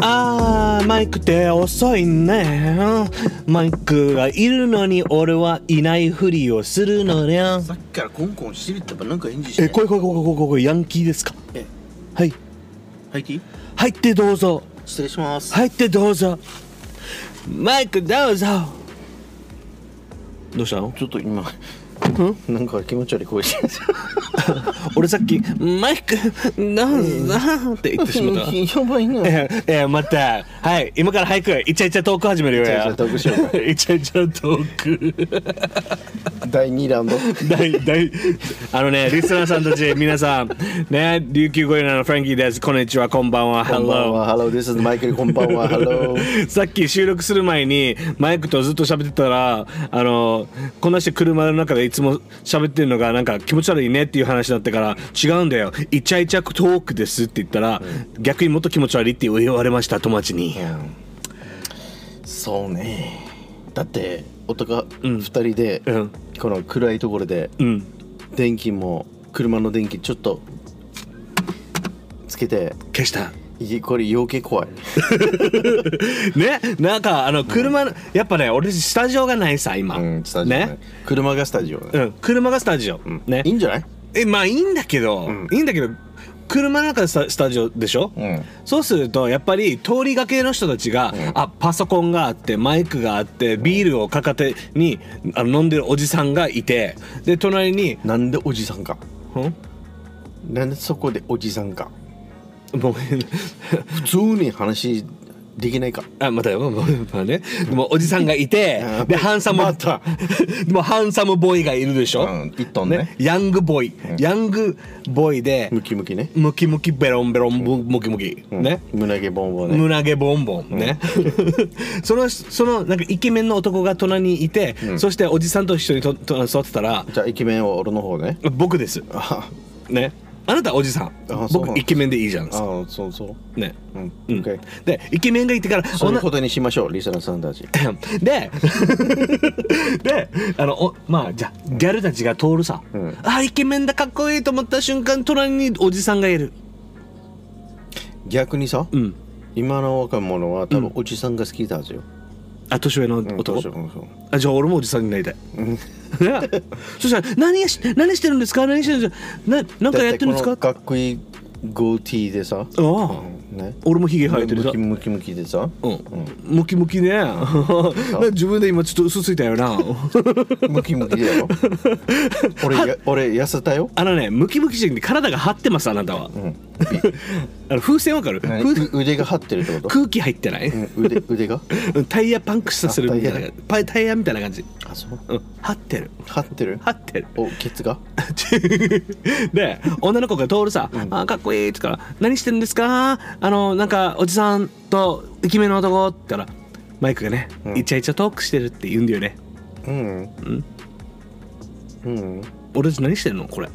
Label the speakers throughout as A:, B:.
A: あー、マイクって遅いね。マイクがいるのに俺はいないふりをするのりゃ。
B: さっきからコンコンしてるってばなんか返事して
A: え、これこれこれこれこれヤンキーですか
B: え
A: はい。
B: 入っていい
A: 入ってどうぞ。
B: 失礼します
A: 入ってどうぞ。マイクどうぞ。どうしたの
B: ちょっと今なんか気持ち悪い声してる
A: 俺さっき、マイク、どうぞって言ってしま った。
B: やばいな
A: えええまたはい今から早くイチャイチャトーク始めるよや
B: イチャイチャトークしよ う
A: イチャイチャトーク
B: 第2弾 の
A: 大大あのねリスナーさんたち皆さんね琉球ゴリラのフランキーですこんにちはこんばんは
B: こんばん
A: Hello
B: はハロー This is Michael こんばんはハロ ー
A: さっき収録する前にマイクとずっと喋ってたらあのこんなして車の中でいつも喋ってるのがなんか気持ち悪いねっていう話になってから違うんだよイチャイチャトークですって言ったら、逆にもっと気持ち悪いって言われました友達に
B: そうねだって男2人で
A: うん
B: この暗いところで
A: うん
B: 電気も車の電気ちょっとつけて
A: 消した
B: いこれ余計怖い
A: ねなんかあの車の、やっぱね俺スタジオがないさ今、
B: うんスタジオね
A: ね
B: 車がスタジオね
A: うん、車がスタジオ、
B: うん
A: ね
B: いいんじゃない
A: えまあいいんだけど、
B: うん
A: いいんだけど車の中でスタスタジオでしょ、
B: うん
A: そうするとやっぱり通りがけの人たちが、あパソコンがあってマイクがあってビールを片手にあの飲んでるおじさんがいてで隣に
B: なんでおじさんか
A: 「ん
B: なんでそこでおじさんか
A: もう
B: 普通に話できないか
A: あまたよまあまあねでもおじさんがいて
B: うん
A: でハンサム、
B: また
A: でもハンサムボーイがいるでしょ、
B: うん一トンね
A: ね、ヤングボーイ、ヤングボーイで
B: ムキムキね
A: ムキムキベロンベロンブムキムキ、
B: うん
A: ね
B: 胸毛ボンボンね
A: 胸毛ボンボンね、そのそのなんかイケメンの男が隣にいて、そしておじさんと一緒にとと座ってたら
B: じゃあイケメンは俺の方ね
A: 僕です
B: あ
A: ねあなたはおじさん
B: あそう
A: 僕イケメンでいいじゃん
B: あそうそう
A: ね、
B: うん
A: うん
B: OK
A: でイケメンがいてから
B: そういう
A: 女
B: ことにしましょうリスナーさんたち
A: で であのおまあじゃあギャルたちが通るさ、
B: ん
A: あイケメンだかっこいいと思った瞬間隣におじさんがいる
B: 逆にさ
A: うん
B: 今の若者は多分おじさんが好きだはずよ
A: あ年上の
B: うん
A: 男、
B: そうそうそう
A: あじゃあ俺もおじさんになりたい。ねそしたら何やし何してるんですか何してるんですかななんかやってるんですか
B: だてこのかっこいいゴーティーでさ
A: ああ
B: ね
A: 俺もヒゲ生えてる
B: ム
A: さ
B: キ。ムキムキでさ
A: うん、ムキムキねなんか 自分で今ちょっと嘘ついたよ な
B: ムキムキ だよ俺や俺痩せたよ
A: あのねムキムキじゃなくて体が張ってますあなたは、 あの風船わかる、
B: ね
A: 風
B: う腕が張ってるってこと
A: 空気入ってない、
B: うん腕腕が
A: タイヤパンクさせるみたい
B: あ
A: な
B: タイヤ
A: パイタイヤみたいな感じ、
B: あそう
A: うん、張ってる
B: 張ってる
A: 張ってる
B: おケツが
A: で女の子が通るさ「あかっこいい」って言ったら「何してるんですかあのなんかおじさんとイケメンの男」って言ったらマイクがね、イチャイチャトークしてるって言うんだよね
B: うんうん
A: 俺たち何してるのこれ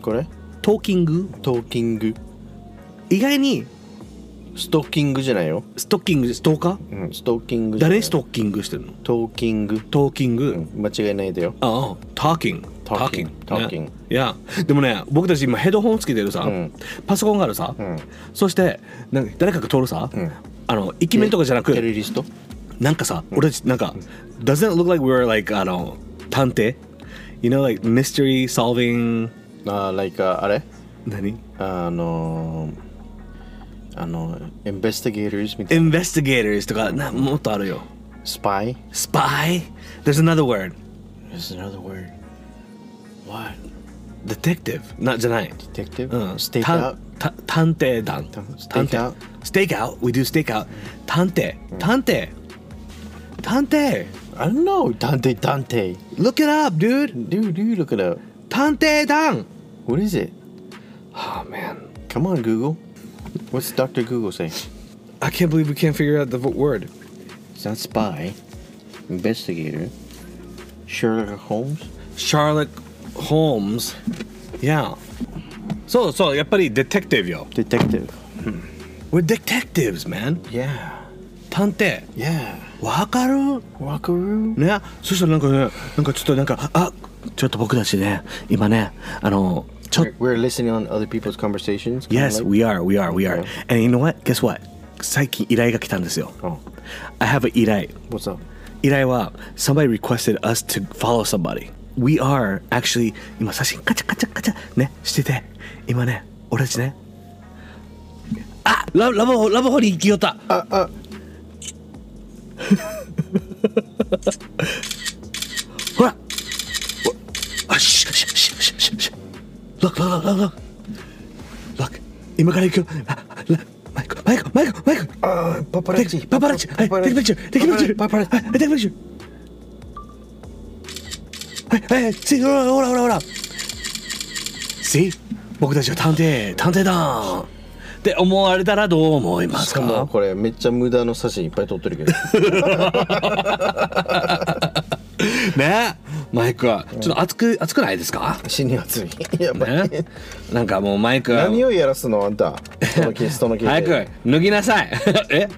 B: これ
A: トーキング
B: トーキング
A: 意外に
B: ストッキングじゃないよ、
A: ストッキングストーカー
B: うん、ストッキングじゃない
A: 誰ストッキングしてるの
B: トーキング、
A: トーキング、
B: うん、間違いないだよ
A: ああターキング
B: Talking Talking
A: いやでもね僕たち今ヘッドホンつけてるさ、
B: うん
A: パソコンがあるさ、
B: ん
A: そしてなんか誰かが通るさ、
B: ん
A: あのイケメンとかじゃなく
B: テレリスト
A: なんかさ、俺たちなんか、doesn't look like we're like あの探偵 you know like mystery solving
B: あー like ああれ
A: 何
B: あのーあのインベスティゲーターズみたい
A: investigators とかなもっとあるよ
B: なスパイ
A: spy there's another word
B: is another word what
A: detective Uh, なじゃないう
B: detective
A: ん
B: stake
A: た
B: out
A: た探偵団
B: 探
A: 探
B: stake
A: 偵
B: out
A: stake out we do stake out 探偵探偵探偵
B: I don't know Dante Dante
A: look it up dude
B: dude dude look it up
A: 探偵団
B: what is it
A: oh man
B: come on Google what's Dr. Google say
A: I can't believe we can't figure out the word
B: it's not spy investigator Sherlock Holmes
A: Sherlock Holmes. Yeah. そうそう、やっぱり detective よ。
B: detective
A: We're detectives, man.
B: yeah
A: 探偵。
B: yeah
A: わかる
B: Wakaru
A: ね。そしたらなんかね、なんかちょっとなんか、あちょっと僕たちね、今ね、あの、ちょっと。
B: we're, we're listening on other people's conversations kinda
A: Yes,
B: like-
A: we are, we are, we are.
B: Okay.
A: And you know what? Guess what? 最近依頼が来たんですよ。
B: Oh,
A: I have a 依頼。
B: what's up?
A: 依頼は somebody requested us to follow somebody we are actually 今写真カチャカチャカチャねしてて今ね俺たちねあララボホラボホに行きよったああほらおあししししししロックロックロックロックロック今から行くよあラマイクマイクマイクマイク
B: Uh,
A: パパラッチ
B: paparazzi.
A: パパラッチはい、テクピクチュー、テクピクチュー、
B: Paparazzi.
A: はい、テクピクチュー。はい、はい、はい、see？ほらほらほらほら。See？僕たちは探偵、探偵だって思われたらどう思います
B: しかも
A: か
B: これめっちゃ無駄の写真いっぱい撮っ てるけど
A: ねマイクは、ちょっと熱く、熱くないですか
B: 死に熱いやばい、
A: ねなんかもうマイクは、
B: 何をやらすのあんたそのケースそのケース
A: 早く脱ぎなさい。 え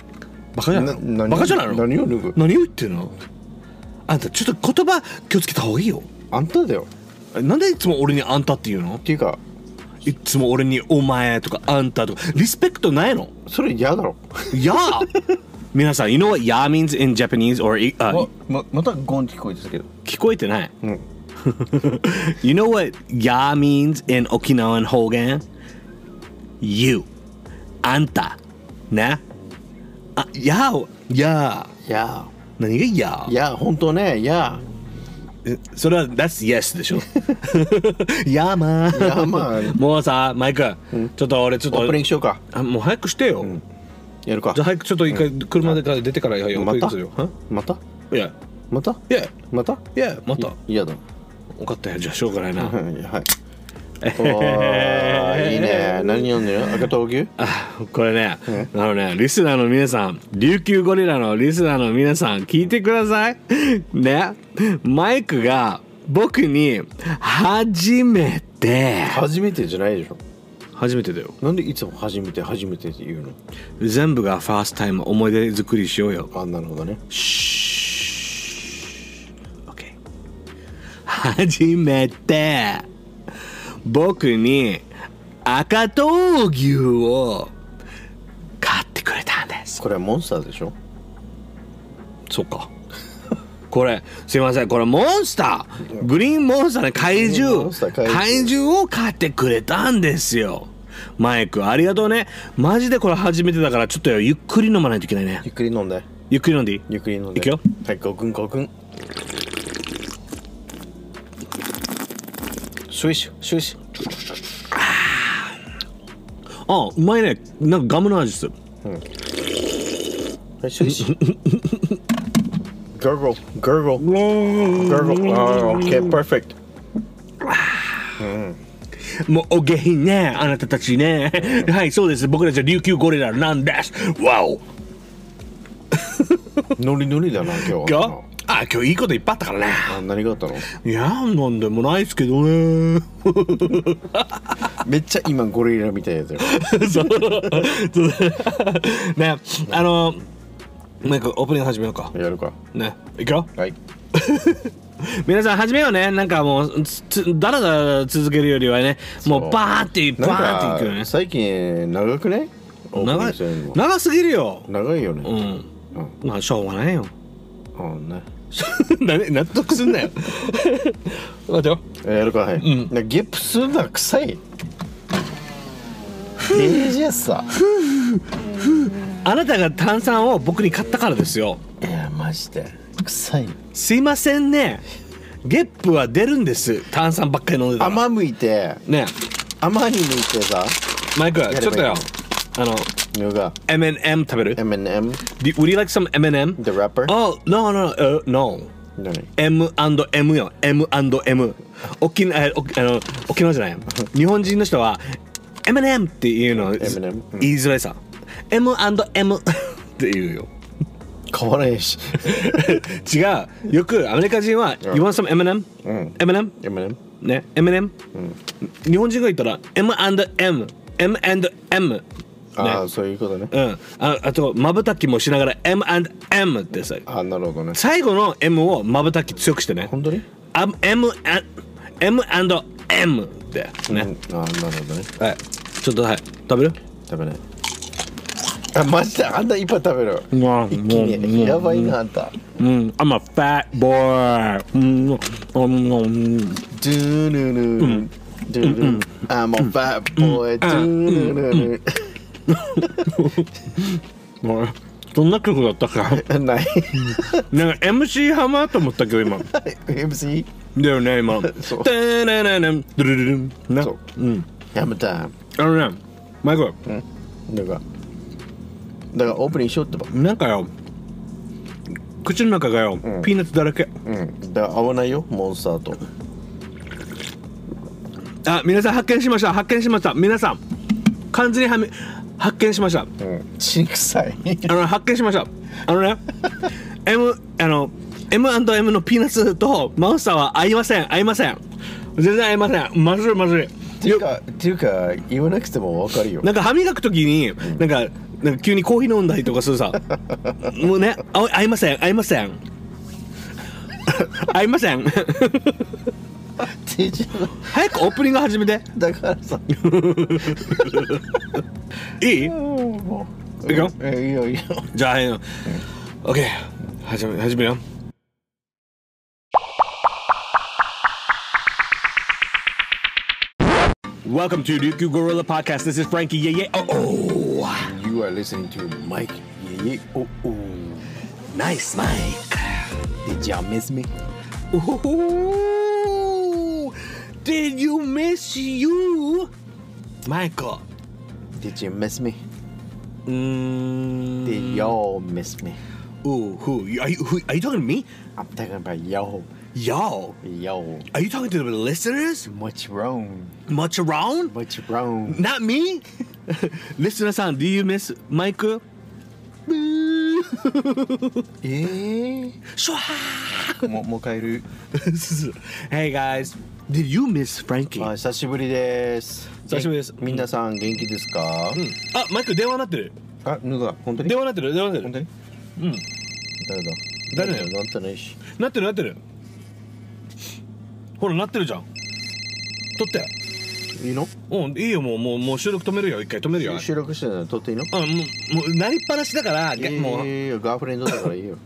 A: バカじゃない
B: な
A: の
B: 何
A: バカじゃないの
B: 何を脱ぐ
A: 何を言ってんのあんたちょっと言葉気をつけた方がいいよ。
B: あんただよ
A: なんでいつも俺にあんたって言うの
B: っていうか
A: いつも俺にお前とかあんたとかリスペクトないの
B: それ嫌だろ
A: やあ皆さん You know what ya means in Japanese or、uh,
B: ままたゴンって聞こえてたけど
A: 聞こえてない
B: うん
A: You know what ya means in Okinawan 方言 You あんたねあやをやあ
B: いや
A: 何がやあ
B: ーいやー本当ねいや
A: えそれは That's yes でしょやあまあ
B: やあ まあ
A: もうさマイク、ちょっと俺ちょっ
B: ーオープニ
A: と
B: ングしようか
A: あもう早くしてよ、
B: やるか
A: じゃあ早くちょっと一回車で出てからよ、
B: また
A: よ。は
B: また
A: いや、
B: また
A: いや、
B: また
A: いや、また。
B: 嫌だ
A: 分かったよ、じゃあしょうがないな。
B: うんはいおーいいね何読んでる赤闘牛
A: あこれね、あのね、リスナーの皆さん、琉球ゴリラのリスナーの皆さん、聞いてください。ね、マイクが僕に初めて、
B: 初めてじゃないでしょ
A: 初めてだよ。
B: なんでいつも初めて初めてって言うの
A: 全部がファーストタイム思い出作りしようよ。
B: あなるほどね
A: シー OK 初めて僕に赤闘牛を買ってくれたんです
B: これはモンスターでしょ
A: そっ かこれすいませんこれモンスターグリーンモンスターの怪
B: グリーンモ
A: 獣
B: ンスター怪獣
A: 怪獣を買ってくれたんですよマイクありがとうねマジでこれ初めてだからちょっとよゆっくり飲まないといけないね
B: ゆっくり飲んで
A: ゆっくり飲んでいい
B: ゆっくり飲んで
A: いくよ
B: はいごくんごくんシュイシュシュイシュ
A: あうまいねなんかガムの味する
B: はいシュイシュガーゴーガーゴーガーゴーあーオッケーパーフェクト
A: もうお下品ねあなたたちね はいそうです僕たちは琉球ゴリラなんですわお
B: ノリノリだな今日
A: があ今日いいこといっぱいあったからね
B: あ何があったの
A: いやなんでもないですけどね
B: めっちゃ今ゴリラみたいだよ
A: そうそう ねあのなんかオープニング始めようか
B: やるか
A: ねいくよ
B: はい
A: 皆さん始めようねなんかもうつつだらだら続けるよりはねもうバーって
B: なん
A: バーっていくよ
B: か
A: ね
B: 最近長くね
A: 長い
B: 長
A: 長すぎるよ
B: 長いよ
A: う
B: ね
A: ん
B: うん
A: まあしょうがないよ
B: うんね
A: な納得すん なよ待てよ
B: やるかはい、なゲップするのは臭いデージャスさ
A: あなたが炭酸を僕に買ったからですよ
B: いやマジで臭い
A: すいませんねゲップは出るんです炭酸ばっかり飲んでたら
B: 甘向いて
A: ね
B: 甘に向いてさ
A: えマイク
B: ればいい
A: ちょっとよあの
B: のが
A: M&M 食べる
B: M&M
A: Do- Would you like some M&M?
B: the rapper
A: Oh no no uh, no
B: 何
A: M&M よ M&M 沖縄あの沖縄じゃない日本人の人は M&M っていうの
B: M&M うん
A: 言いづらいさ M&M って言うよ
B: 変わらへんし
A: 違うよくアメリカ人は「You want some M&M?、
B: うん
A: M&M?
B: M&M
A: ね M&M?、日本人が言ったら M&M M&M ね
B: ああそういうことね
A: うんああとまぶたきもしながら M&M ってさ
B: あなるほどね
A: 最後の M をまぶたき強くしてね
B: 本当に
A: あ M M&M って
B: うん
A: ね、
B: あなるほどね
A: はいちょっとはい食べる
B: 食べないあマジであんないっぱい食べる
A: まあ
B: 一
A: も
B: 気
A: う
B: にやばいなあんた
A: うん、I'm a fat boy. うん、うん、うん。
B: ドゥルルルドゥルルル I'm a fat boy ドゥルル
A: もうどんな曲だった か。
B: ルない
A: なんか MC ハマーと思ったけど今。
B: MC
A: だよね今。
B: そう
A: タララランドゥルルルンな
B: そう
A: うん。
B: やめた
A: あのね、マイク、
B: だからだからオープニングしようってば
A: なんかよ、口の中がよ、
B: ん
A: ピーナッツだらけ。
B: うんだから合わないよモンスターと
A: あ、皆さん発見しました。発見しました。皆さん、完全にはみ発見しました。
B: うんちんくさい
A: あの発見しました。あのね、M あの M&M のピーナッツとマウスターは合いません。合いません。全然合いません。まずいまず
B: て
A: い。
B: い
A: よ
B: うかていうか言わなくてもわかるよ
A: なんか歯磨くときになんかなんか急にコーヒー飲んだりとかするさ。もうね、あ合いません。合いません。 合いません。
B: 手順
A: 早くオープニング始めて。
B: だからさ
A: いい？
B: もう
A: いくよ
B: えいいよいいよ
A: じゃあ、はい、OK。始め始めよ。Welcome to Ryukyu Gorilla Podcast. This is Frankie. Yeah, yeah. Oh, oh.
B: You are listening to Mike いえいえおお
A: Nice mic.
B: Did you miss me?
A: Ooh. Did you miss you, Michael?
B: Did you miss me?
A: Mm.
B: Did y'all miss me?
A: Ooh, who are you? Who, are you talking to me?
B: I'm talking about y'all.
A: Y'all.
B: Y'all.
A: Are you talking to the listeners?
B: Much wrong.
A: Much around?
B: Much wrong.
A: Not me? Listener さん、Do you miss Mike? ブー
B: えー、
A: シュワ
B: ももう帰る。
A: ーすず Hey guys, did you miss Frankie? あ、
B: あ久しぶりです。
A: 久しぶりです
B: みなさん元気ですか？
A: マイク電話なってる。
B: あ、ぬが本当に？
A: 電話なってる、電話なって
B: 本当
A: る。
B: に？
A: うん。
B: 誰だ？
A: 誰だよ
B: なんてないし。
A: なってる、なってる。ほら、なってるじゃん。取って。
B: いいの？
A: うん、いいよ、もう、もう、もう収録止めるよ、一回止めるよ。
B: 収録してるの撮っていいの？
A: あ、もう、もう、なりっぱなしだから、
B: いやい
A: も
B: や
A: う。
B: いやガーフレンドだからいい よ。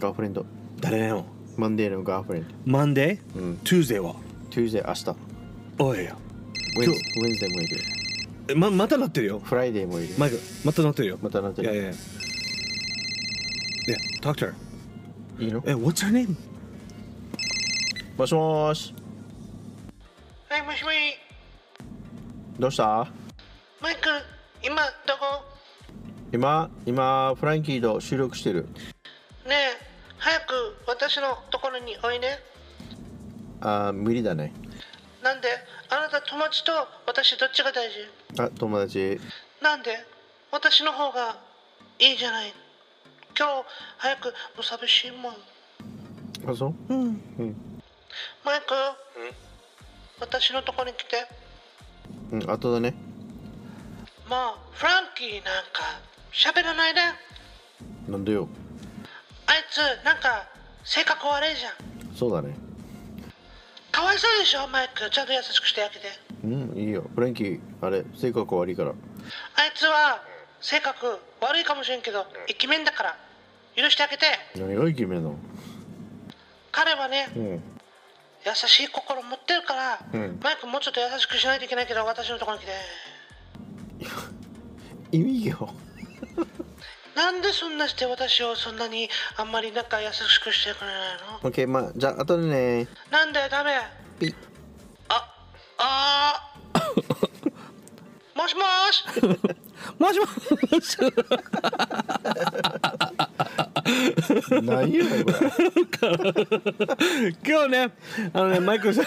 B: ガーフレンド。
A: 誰だよ。
B: マンデーのガーフレンド。
A: マンデ
B: う
A: ー
B: ん、
A: トゥーゼーは。
B: Tuesday 明日。
A: おいよ。
B: Wednesday
A: 今
B: Wednesday もいる。
A: えま、またなってるよ。
B: Friday もいる。
A: マイク、またなってるよ。
B: またなってる。
A: Yeah, yeah. Yeah, talk to her.
B: いいの？
A: Hey, what's her name?
B: もしもーし。
C: はい、もしもし、
B: どうした？
C: マイク、今どこ
B: 今今フランキーと収録してる。
C: ねえ、早く私のところにおいで。
B: あー無理だね。
C: なんで、あなた友達と私どっちが大事
B: あ友達。
C: なんで、私の方がいいじゃない。今日、早くもう寂しいもん。
B: あそう？
C: マイク、私のところに来て。
B: うん後だね。
C: もう、フランキーなんか喋らないで。
B: なんでよ。
C: あいつ、なんか性格悪いじゃん。
B: そうだね。
C: かわいそうでしょ、マイク。ちゃんと優しくしてあげて。
B: うんいいよ。フランキーあれ性格悪いから。
C: あいつは性格悪いかもしれんけどイケメンだから許してあげて
B: 何がイケメンなの？
C: 彼はね
B: うん
C: 優しい心持ってるから、
B: うん
C: マイクもうちょっと優しくしないといけないけど私のところに来て
B: 意味よ。
C: なんでそんなして私をそんなにあんまりなんか優しくしてくれないの
B: OK まあじゃあ後でね。
C: なんでダメ
B: ピッ
C: ああーもしもーし
A: もし もし。
B: 何よこれ。
A: 今日ね、あのね、マイクさん。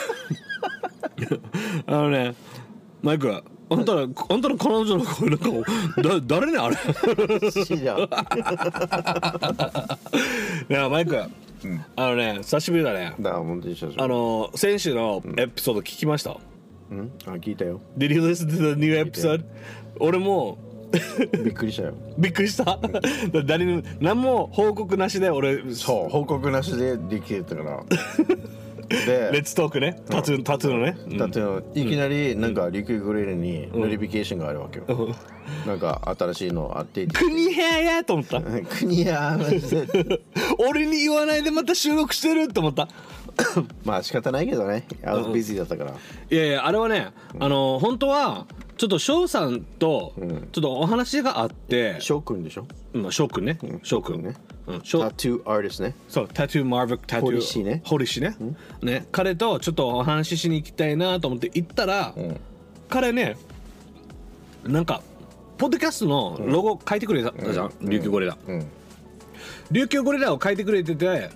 A: あのね、マイク、あんたら、あんたの彼女の声なんか、だ、誰ね、あれ。
B: 死じゃん。
A: ねえ、マイク、あのね、久しぶりだね。
B: だ本当に久しぶり
A: あの、先週のエピソード聞きました。
B: うんあ聞いたよ。
A: Did you listen to the new episode? 俺も。
B: びっくりしたよ。
A: びっくりした。誰にも、何も報告なしで、俺。
B: そう報告なしでできてたから。で
A: レッツトークねタトゥータトゥーのね、うん
B: だっていきなりなんかリクグレールにノリフィケーションがあるわけよ、なんか新しいのあっていて
A: 国部屋やと思った
B: 国やマジで
A: 俺に言わないでまた収録してると思った
B: まあ仕方ないけどね I was busy だったから
A: いやいやあれはねあの本当はちょっと翔さんと
B: ん
A: ちょっとお話があって
B: 翔くんでしょ
A: まあ翔くんね翔くんね
B: ね
A: 翔
B: タトゥーアーティストね
A: そうタトゥーマーヴィックタトゥー
B: 堀市ね
A: 堀市ねね彼とちょっとお話ししに行きたいなと思って行ったら
B: ん
A: 彼ねなんかポッドキャストのロゴ書いてくれたじゃん琉球ゴリラ
B: うん
A: 琉球ゴリラを書いてくれてて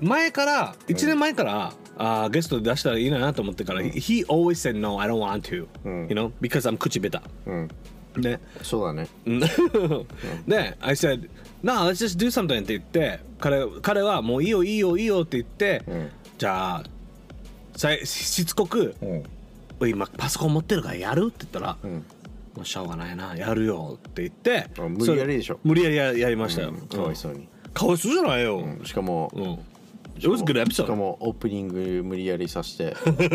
A: 前から1年前から、あーゲストで出したらいいなと思ってから、He always said no I don't want to、
B: ん
A: you know because I'm 口下
B: うん
A: 手 ね
B: そうだね
A: うんで I said No let's just do something って言って彼彼はもういいよいいよいいよって言って、
B: ん
A: じゃあさいしつこく
B: うん
A: おい今パソコン持ってるからやるって言ったら、
B: ん
A: もうしょうがないなやるよって言って
B: あ無理やりでしょ
A: それ無理やりややりましたよ、
B: かわいそうに
A: かわいそうじゃないよ、
B: しかも
A: It was a good
B: しか
A: episode.
B: もオープニング無理やりさして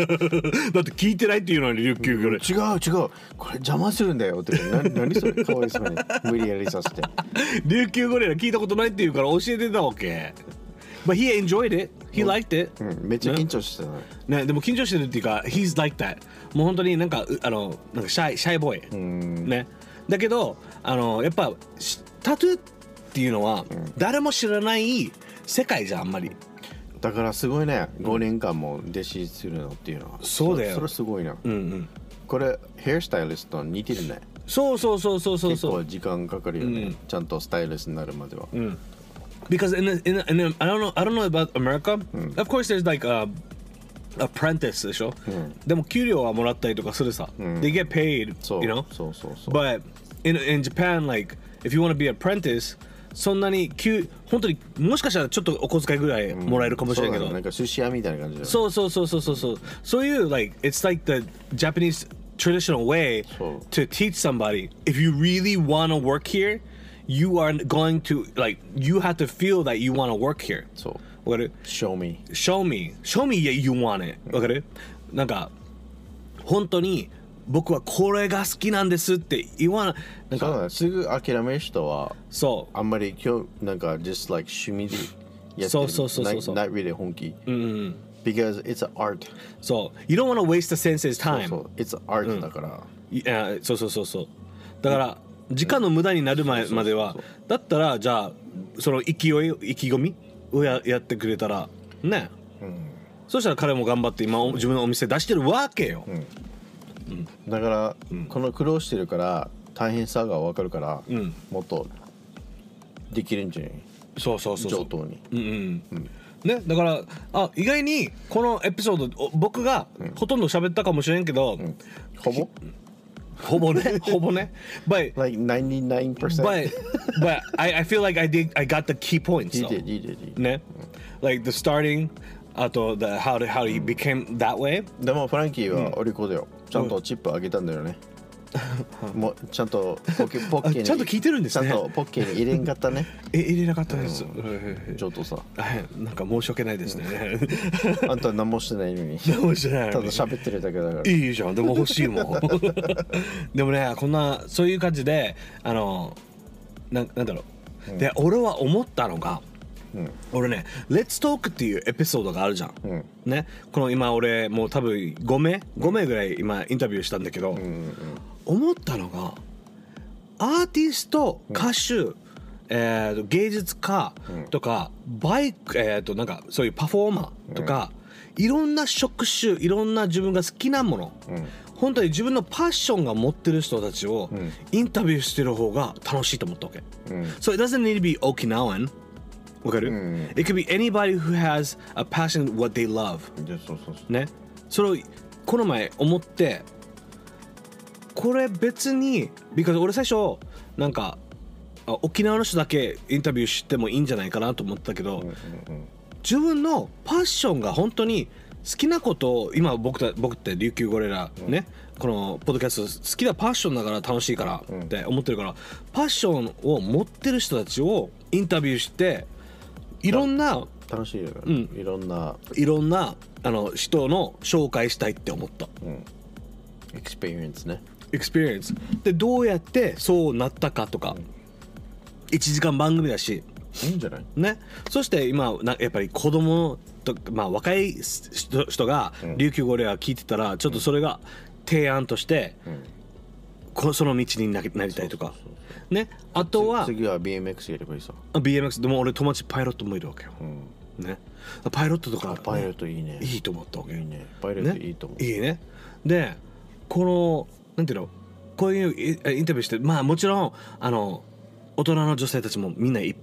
A: だって 聞いてないっていうのに琉球ぐらい。
B: 違う違うこれ邪魔するんだよってな何そ れかわいそうに無理やりさせて
A: 琉球ゴリラ聞いたことないっていうから教えてたわけ。But he enjoyed it. He liked it.
B: うんめっちゃ緊張してたね
A: ね、でも緊張してるっていうか、he's like that. もう本当になんか、うあの、なんかシャイ、シャイボーイ。ね。だけど、あの、やっぱ、しタトゥーっていうのは、誰も知らない世界じゃん、あんまり。
B: だからすごいね5年間も弟子するのっていうのは
A: そうだよ
B: それすごいな
A: うんうん。
B: これヘアスタイリストに似てるね
A: そうそうそうそうそう
B: 結
A: そう
B: 構。時間かかるよね、ちゃんとスタイリストになるまでは、
A: because in the, in, the, in the, I don't know I don't know about America. Of course, there's like a apprentice でしょ。でも給料はもらったりとかするさ。They get paid,
B: そう
A: you know.
B: そうそうそう
A: But in in Japan, like if you want to be apprentice, そんなに給本当にもしかしたらちょっとお小遣いぐらいもらえるかもしれないけ
B: そうだ
A: ど
B: ねな。んか寿司屋みたいな感じだよね
A: そうそうそうそうそうそうそういう like it's like the Japanese traditional way
B: そう
A: to teach somebody if you really want to work here you are going to like you have to feel that you want to work here
B: そう
A: わかる
B: Show me
A: show me show me that you want it わかるなんか本当に僕はこれが好きなんですって言わななん
B: そうだ
A: か
B: ねすぐ諦める人は
A: そう
B: あんまり今日なんか just like 趣味でやってる
A: そうそうそうそうそう
B: not, not really 本気、because it's an art
A: そう you don't want to waste the sensei's
B: そう
A: time
B: そう it's an art だから、
A: いやそうそうそうそうだから時間の無駄になる前までは
B: そうそう
A: だったらじゃあその勢い意気込みをややってくれたらね、そしたら彼も頑張って今お自分のお店出してるわけよ、
B: だから、この苦労してるから大変さが分かるから、
A: ん
B: もっとできるんじゃない
A: そうそうそうそ
B: 上
A: う
B: 等に
A: うんうんね、だからあ意外にこのエピソードお僕がほとんど喋ったかもしれんけど、
B: ほぼ
A: ほぼ ねほぼね but
B: like 99%
A: but but I, I feel like I did I got the key points
B: you
A: though.
B: did you did you did
A: ね、like the starting あと the how to, how he became that way
B: でもフランキーはお利口だよ、ちゃんとチップあげたんだ よね、もうちゃんとポケポッケに
A: あちゃんと聞いてるんですね
B: ちゃんとポッケに入れんかっ たね
A: え入れなかったです、はいはいはい
B: 上等さ
A: はい なんか申し訳ないですね
B: あんた何もしてないのに
A: 申し訳ない
B: ただ喋ってるだけだから
A: いいじゃんでも欲しい もんでもねこんなそういう感じであのなんなんだろう、で俺は思ったのが、俺ね「Let's Talk」っていうエピソードがあるじゃん、
B: ん
A: ねこの今俺もう多分5名5名ぐらい今インタビューしたんだけど、思ったのがアーティスト歌手、えーと芸術家とか、バイク、えー、となんかそういうパフォーマーとか、いろんな職種いろんな自分が好きなもの、本当に自分のパッションが持ってる人たちをインタビューしてる方が楽しいと思ったわけ。So it doesn't need to be Okinawan わかる、It could be anybody who has a passion what they love
B: じゃあそうそうそう
A: ねそれをこの前思ってこれ別に because 俺最初なんかあ沖縄の人だけインタビューしてもいいんじゃないかなと思ったけど、自分のパッションが本当に好きなことを今僕た僕って琉球ゴリラね、このポッドキャスト好きなパッションだから楽しいからって思ってるから、パッションを持ってる人たちをインタビューしていろんな
B: 楽しいよね、
A: うん
B: いろんない
A: ろんなあの人の紹介したいって思った
B: エクスペリエンスね
A: エクスペリエンスでどうやってそうなったかとか、1時間番組だし
B: いいんじゃない
A: ね、そして今なやっぱり子供とまあ若い人人が
B: ん
A: 琉球語では聞いてたらちょっとそれが提案として、こその道にななりたいとか
B: そうそう
A: ねあとは
B: 次次は BMX やればいいさ、
A: あ BMX でも俺友達パイロットもいるわけよ、ねパイロットとか、
B: あパイロットいいね
A: いいと思ったわけ
B: いいねパイロットいいと思う、
A: ね、いいねでこのなんていうのこういうイインタビューしてまあもちろんあの大人の女性たちもみんない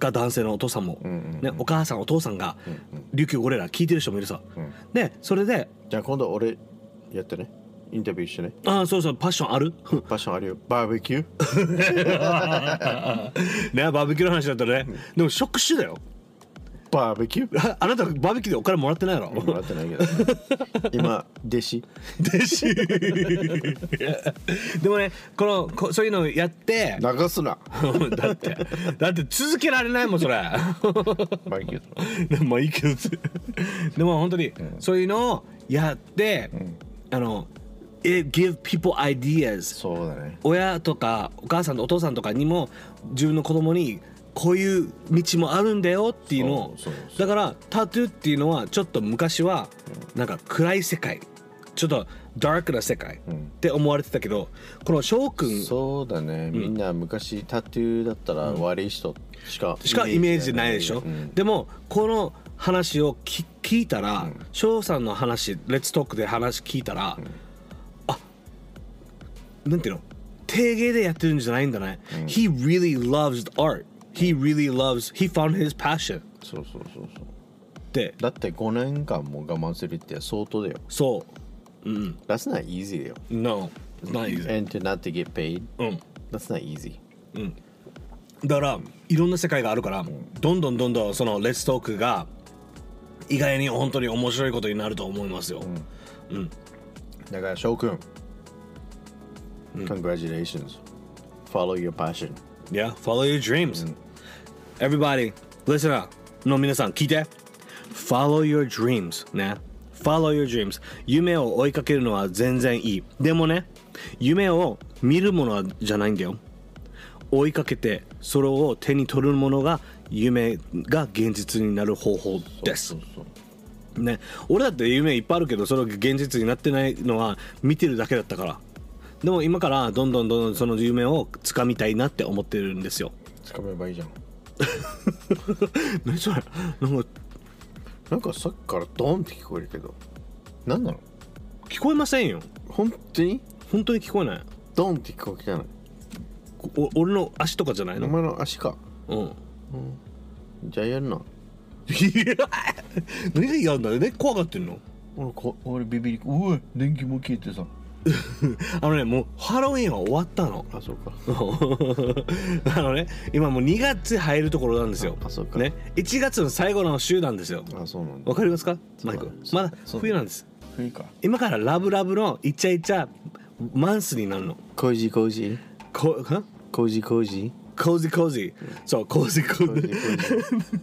A: が男性のお父さんも、
B: うんうんうん
A: ね、お母さんお父さんが、
B: うんうん
A: 琉球俺ら聞いてる人もいるさ、
B: うん
A: でそれで
B: じゃあ今度俺やってねインタビュー してね
A: ああそうそうパッションある
B: パッションあるよバーベキュー
A: ねバーベキューの話だったらね、でも職種だよ
B: バーベキュー
A: ああなたバーベキューでお金もらってないだろ
B: もらってないけど、 今弟子
A: 弟子 でもねこのこそういうのをやって
B: 流すな
A: だってだって続けられないもんそれ
B: バーベキュー
A: でもまあいいけどつでも本当にそういうのをやって、あの it give people ideas
B: そうだね
A: 親とかお母さんとお父さんとかにも自分の子供にこういう道もあるんだよっていうのを
B: そうそうそ
A: だ
B: う
A: からタトゥーっていうのはちょっと昔はなんか暗い世界ちょっとダークな世界って思われてたけどこの翔くん
B: そうだねみんな昔タトゥーだったら悪い人しか
A: しかイメージないでしょ、
B: うん
A: でもこの話をき聞いたら翔、さんの話「レッツトーク」で話聞いたら、あなんていうの定芸でやってるんじゃないんだね、He really loves the art He really loves He found his passion
B: そうそうそうそう
A: って
B: だって5年間も我慢するって相当だよ
A: そう
B: That's not easy だよ
A: No it's not easy
B: And to not to get paid
A: うん、
B: That's not easy
A: だからいろんな世界があるからどんどんどんどんその「レッツトーク」が意外に本当に面白いことになると思いますよ、
B: だから翔くん Congratulations Follow your passion
A: Yeah, follow your dreams. Everybody, listen up. の皆さん、聞いて。Follow your dreams. ね。Follow your dreams. 夢を追いかけるのは全然いい。でもね、夢を見るものじゃないんだよ。追いかけて、それを手に取るものが夢が現実になる方法です。
B: そう
A: ね、俺だって夢いっぱいあるけどそれが現実になってないのは見てるだけだったからでも今からどんどんどんどんその夢をつかみたいなって思ってるんですよ
B: つかめばいいじゃん
A: 何それなんか
B: なんかさっきからドンって聞こえるけどなんなの
A: 聞こえませんよ
B: 本当に
A: 本当に聞こえない
B: ドンって聞こえたの
A: こお俺の足とかじゃない
B: お
A: の
B: 前の足か
A: うんい
B: じゃあやるな
A: や何が嫌なんだよね怖がってんの
B: 俺こ俺ビビりうわ電気も消えてさ
A: あのねもうハロウィンは終わったの
B: あそうか
A: あのね今もう2月入るところなんですよ
B: ああそうか
A: ね1月の最後の週なんですよ
B: あそうなんだ
A: わかりますか
B: そう
A: マイ
B: だね
A: ク
B: そう
A: ま
B: だ
A: だ
B: ねそうだね
A: 冬なんです
B: 冬か
A: 今からラブラブのイチャイチャマンスになるの
B: コージーコージー
A: こ は
B: コージーコージ
A: コージコージそうコージコージ
B: ー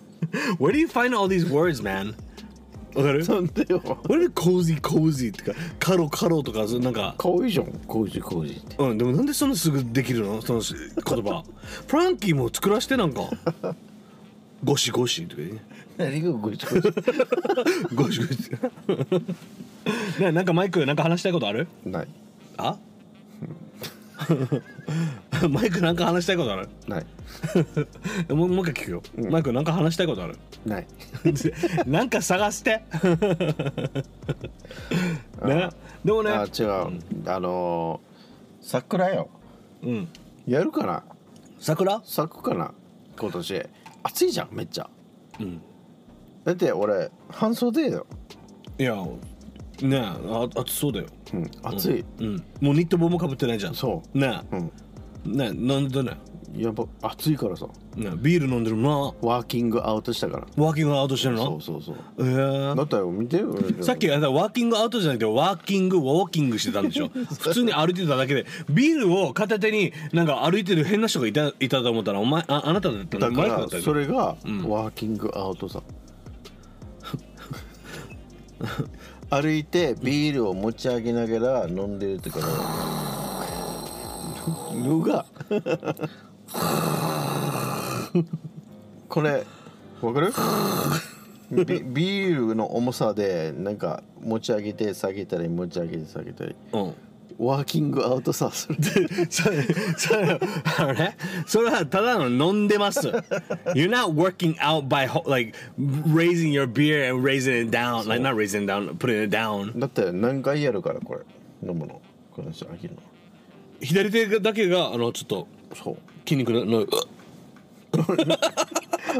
A: Where do you find all these words man? わかる
B: なんでよ
A: Where do コージコージってかカロカロとかそうなんか
B: かわいいじゃんコージーコージーって
A: うんでもなんでそんなすぐできるのそのし言葉フランキーも作らしてなんかゴシゴシとかね
B: 何がコージーコージ
A: ゴシゴシねなんかマイクなんか話したいことある
B: ー ない
A: あ マイクなんか話したいことある
B: ない
A: もうもう一回聞くよ、マイクなんか話したいことある
B: ない
A: なんか探して ねでもね
B: あ違うあのー桜よ
A: うん
B: やるかな
A: 桜
B: 咲くかな今年暑いじゃんめっちゃ
A: うん
B: だって俺半袖だよ、
A: いやねえあ暑そうだよ
B: うん、暑い、
A: うんもうニット帽もかぶってないじゃん
B: そう
A: ね
B: うん
A: えねえなんでね
B: やば暑いからさ
A: なビール飲んでるも
B: ワーキングアウトしたから
A: んなワーキングアウトしてる
B: そう
A: の
B: そうそう
A: えー
B: だったよ見てよ
A: さっきあなたワーキングアウトじゃなくてワーキングウォーキングしてたんで しょ普通に歩いてただけでビールを片手になんか歩いてる変な人がいたいたと思ったらお前ああなただった
B: だ
A: の
B: か
A: マイクだ
B: ら
A: ったよ
B: それがワ
A: ん
B: ーキングアウトさ歩いてビールを持ち上げながら飲んでるってからのがこれわかるビビールの重さでなんか持ち上げて下げたり持ち上げて下げたり
A: うん
B: ワーキングアウトさそれ
A: それそれあれそれはただの飲んでます You're not working out by ho- like raising your beer and raising it down like not raising it down putting it down
B: だって何回やるからこれ飲むのこの人飽きるの
A: 左手だけがあのちょっと
B: そう
A: 筋肉のの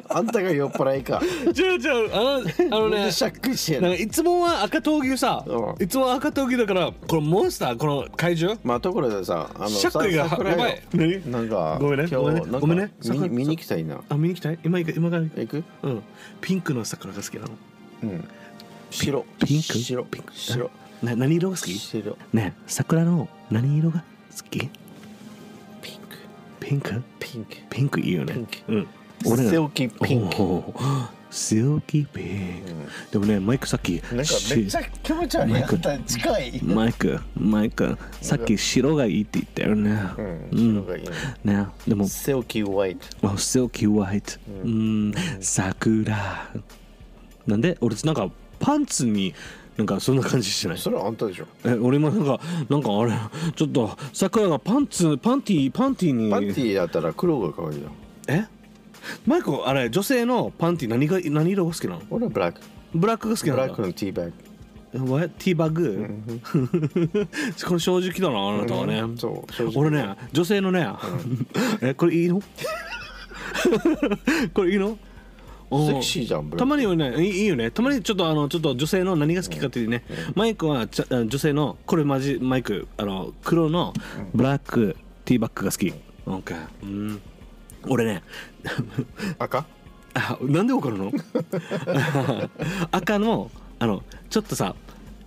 B: あんたが酔っ払いか。
A: 違う違うあのあの
B: なん
A: ね
B: でしゃっくりしてん
A: なん
B: の
A: かいつもは赤闘牛さ、
B: うん
A: いつもは赤闘牛だからこのモンスターこの怪獣
B: まあところでさ、あの
A: しゃっくりが
B: さ桜
A: やばい何
B: なんか
A: ごめんね
B: 今
A: ごめんね
B: 日なん
A: ごめんね桜
B: か見に見に行きたいな。
A: あ見に行きたい今行く今から行く
B: 行く？
A: うんピンクの桜が好きなの
B: うん。白。
A: ピンク
B: 白。
A: ピンク
B: 白。
A: な何色が好き
B: 白。
A: ねえ桜の何色が好き
B: ピンク。
A: ピンク
B: ピンク。
A: ピンクいいよね
B: ピンク
A: うん俺ら
B: セオキピンク。
A: おーセオキピンク、でもねマイクさっき
B: なんかめっちゃ気持ち悪いやった近い。
A: マイクマイクさっき白がいいって言ったよね
B: うん。
A: うん
B: 白がいいね。
A: ねでも
B: セオキホワイト。
A: あ、silky white。うん、桜。なんで俺なんかパンツになんかそんな感じしてない
B: それはあんたでしょ。
A: え俺今なんかなんかあれちょっと桜がパンツパンティパンティに
B: パンティーだったら黒が可愛いよ。
A: えマイクあれ女性のパンティ何が何色が好きなの
B: 俺はブラック。
A: ブラックが好き
B: ブ
A: なの
B: ラックのティーバッグ。
A: What? ティーバッグ、 これ正直だなあなたはね、
B: うんそう正直
A: 俺ね女性のね、 えこれいいのこれいいの
B: セクシーじゃんブラック
A: たまにはねいいいいよねたまにちょっとあのちょっと女性の何が好きかっていうね、マイクはちゃあ女性のこれマジマイクあの黒のブラックティーバッグが好き、なんかうん俺ね
B: 赤？
A: あ なんでわかるの赤のあのちょっとさ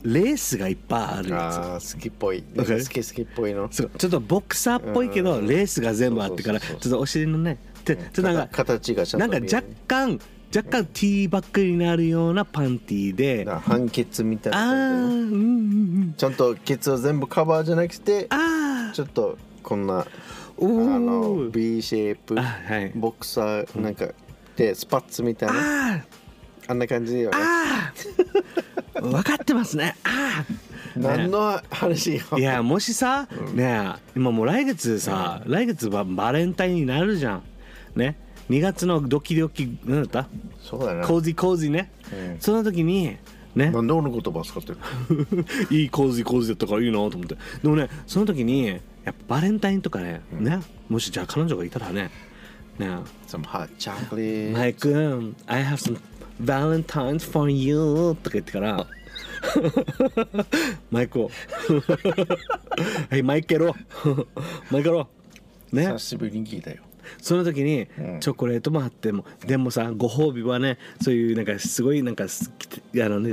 A: レースがいっぱいあるやつ
B: ああ好きっぽい。なんか好き好きっぽいの。
A: そうちょっとボクサーっぽいけどレースが全部あってからち
B: そう
A: ょ
B: そう
A: っ
B: そうそう
A: とお尻のねてちょっとなん
B: か
A: か
B: 形がちゃん
A: な
B: と
A: んか
B: 見える
A: 若干若干ティーバッグになるようなパンティーで
B: な判決みたい
A: あ
B: な
A: ー
B: 感
A: うん
B: じでね
A: うんうん
B: ちゃんとケツを全部カバーじゃなくて
A: あ
B: ちょっとこんなあ
A: おー
B: の B シェイプ
A: あはい
B: ボクサーなんかでスパッツみたいな
A: あ
B: あんな感じだよね
A: あ あ分かってますねああ
B: 何の話よ
A: い やもしさ、ねえ今もう来月さ、来月はバレンタインになるじゃんね2月のドキドキなんだっ
B: そうだ
A: た
B: な
A: コージーコージーね、
B: うん
A: その時にね
B: なんで俺の言葉使ってる
A: いいコージーコージーだったからいいなと思ってでもねその時にやっぱバレンタインとかね,、ねもしじゃあ彼女がいたらねね
B: Some hot chocolate
A: マイ君 I have some Valentine's for you とか言ってから マイクを はいマイケロ マイケロね
B: 久しぶりに聞いたよ
A: その時に
B: うん
A: チョコレートもあってもでもさご褒美はねそういうなんかすごいなんかすあの ね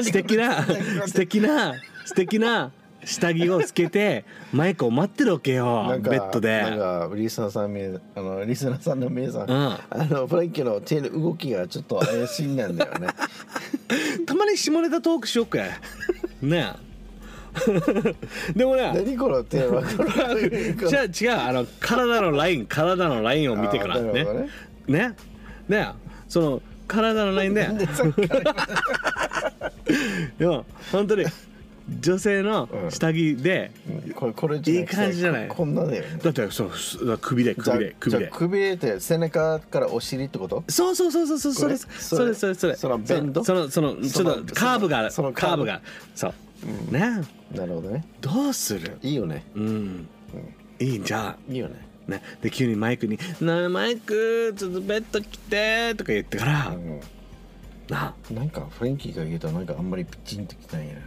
A: 素敵な素敵な素敵な下着をつけてマイクを待ってるわけよ
B: なんか
A: ベッドで。
B: なんかリスナーさんみあのリスナーさんの皆
A: う
B: さん、
A: ん
B: あのフランキーの手の動きがちょっと怪しいん だよね
A: たまに下ネタトークしよう かねえ でもね
B: 何この手わか る
A: じゃあ違うあの体のライン体のラインを見てから
B: あーな
A: ね
B: るほど
A: ねねえその体のラインで
B: でさっきから
A: でも本当に女性の
B: うん
A: 下着で、
B: これこれじゃなく
A: い
B: て
A: い感じじゃない
B: ここんなだよね
A: だってそのす首で首で
B: じ
A: 首
B: ゃあじゃ
A: で
B: あくびれって背中からお尻ってこと
A: そうそうそうそうそうそれそ
B: こ
A: れ
B: れ
A: それそれ
B: そのベンド
A: そのそのち
B: そ
A: ょ
B: の
A: っとカーブが
B: その
A: カ
B: カ
A: ー
B: ー
A: ブ
B: ブ
A: がそう、ねえ
B: なるほどね
A: どうする
B: いいよね
A: うんいいんじゃん
B: いいよね
A: ね、で急にマイクに「なあマイクちょっとベッド来て」とか言ってから、な
B: あの
A: あ
B: なんかフレンキーが言うとなんかあんまりピチンときたんやな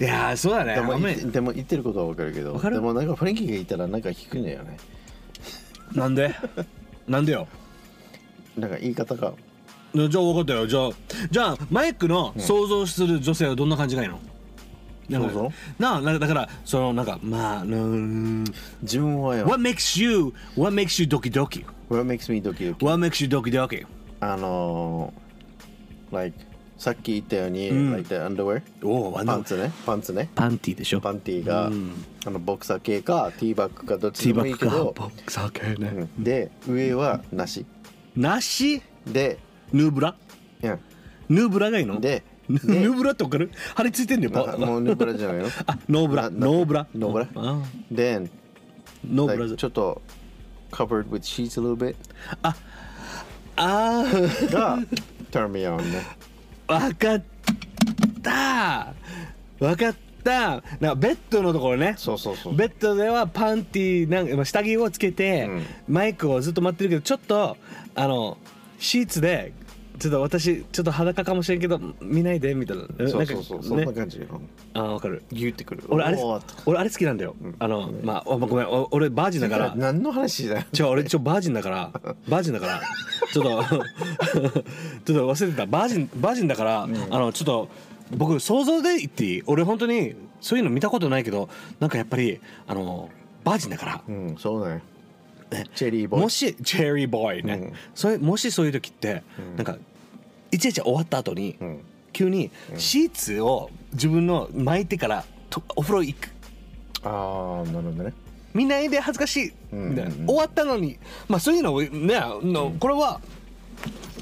A: いやーそうだね
B: で
A: あ
B: も
A: んま
B: い
A: り
B: でも言ってることはわかるけど
A: わかる
B: でもなんかフレンキーがいたらなんか引くんだよね
A: なんでなんでよ
B: なんか言い方が
A: じゃあ分かったよじゃあじゃあマイクの想像する女性はどんな感じがいいの、なんか
B: 想像
A: なあなんかだからそのなんかまあうん
B: 自分はよ
A: What makes you What makes you ドキドキ
B: What makes me ドキドキ
A: What makes you ドキドキ
B: あのー like さっき言ったように、
A: ん
B: like the underwear
A: おおあ
B: パ
A: の
B: ンツねパンツね
A: パンティでしょ
B: パンティーが、あのボクサー系かティーバッグかどっち
A: ティ
B: で
A: ーバ
B: もい
A: ッ
B: いけ
A: グか
B: ど
A: ボクサー系ね
B: うんで上はなし
A: なし
B: で、
A: ヌーブラ
B: うん
A: ヌーブラがいいの
B: で
A: ヌ
B: で
A: ーブラって分かる張り付いてんだよ
B: なもうヌーブラじゃないの
A: あノーブラ
B: なな
A: ノーブラ
B: ノーブラ
A: あ
B: Then
A: ノーブ
B: like
A: ラズ
B: ちょっと covered with sheets a little bit
A: あー
B: が turn me on ね
A: わかったわかったなんかベッドのところね
B: そうそうそう
A: ベッドではパンティなんかまあ下着をつけて、マイクをずっと待ってるけどちょっとあのシーツでちょっと私ちょっと裸かもしれんけど見ないでみたいな
B: そうそうそうそん
A: ね
B: な感じよ
A: あわかる
B: 言ってくる
A: 俺あれ
B: おーっと
A: 俺あれ好きなんだよ、あのまあおごめんお俺バージンだか
B: だからら何の話だよ
A: 違う俺ちょバージンだからバージンだからちょっと ちょっと忘れてたバージンバージンだから、あのちょっと僕想像で言っていい俺本当にそういうの見たことないけどなんかやっぱりあのバージンだから
B: う、んそうだよチェリーボーイ
A: もしチェリーボーイね、
B: うん
A: それもしそういう時って、なんかいちいち終わった後に、
B: ん
A: 急にシーツを自分の巻いてからとお風呂行く
B: ああなるほどね
A: 見ないで恥ずかしい、
B: うん
A: みたいな
B: うん
A: 終わったのにまあそういうのをねの、これは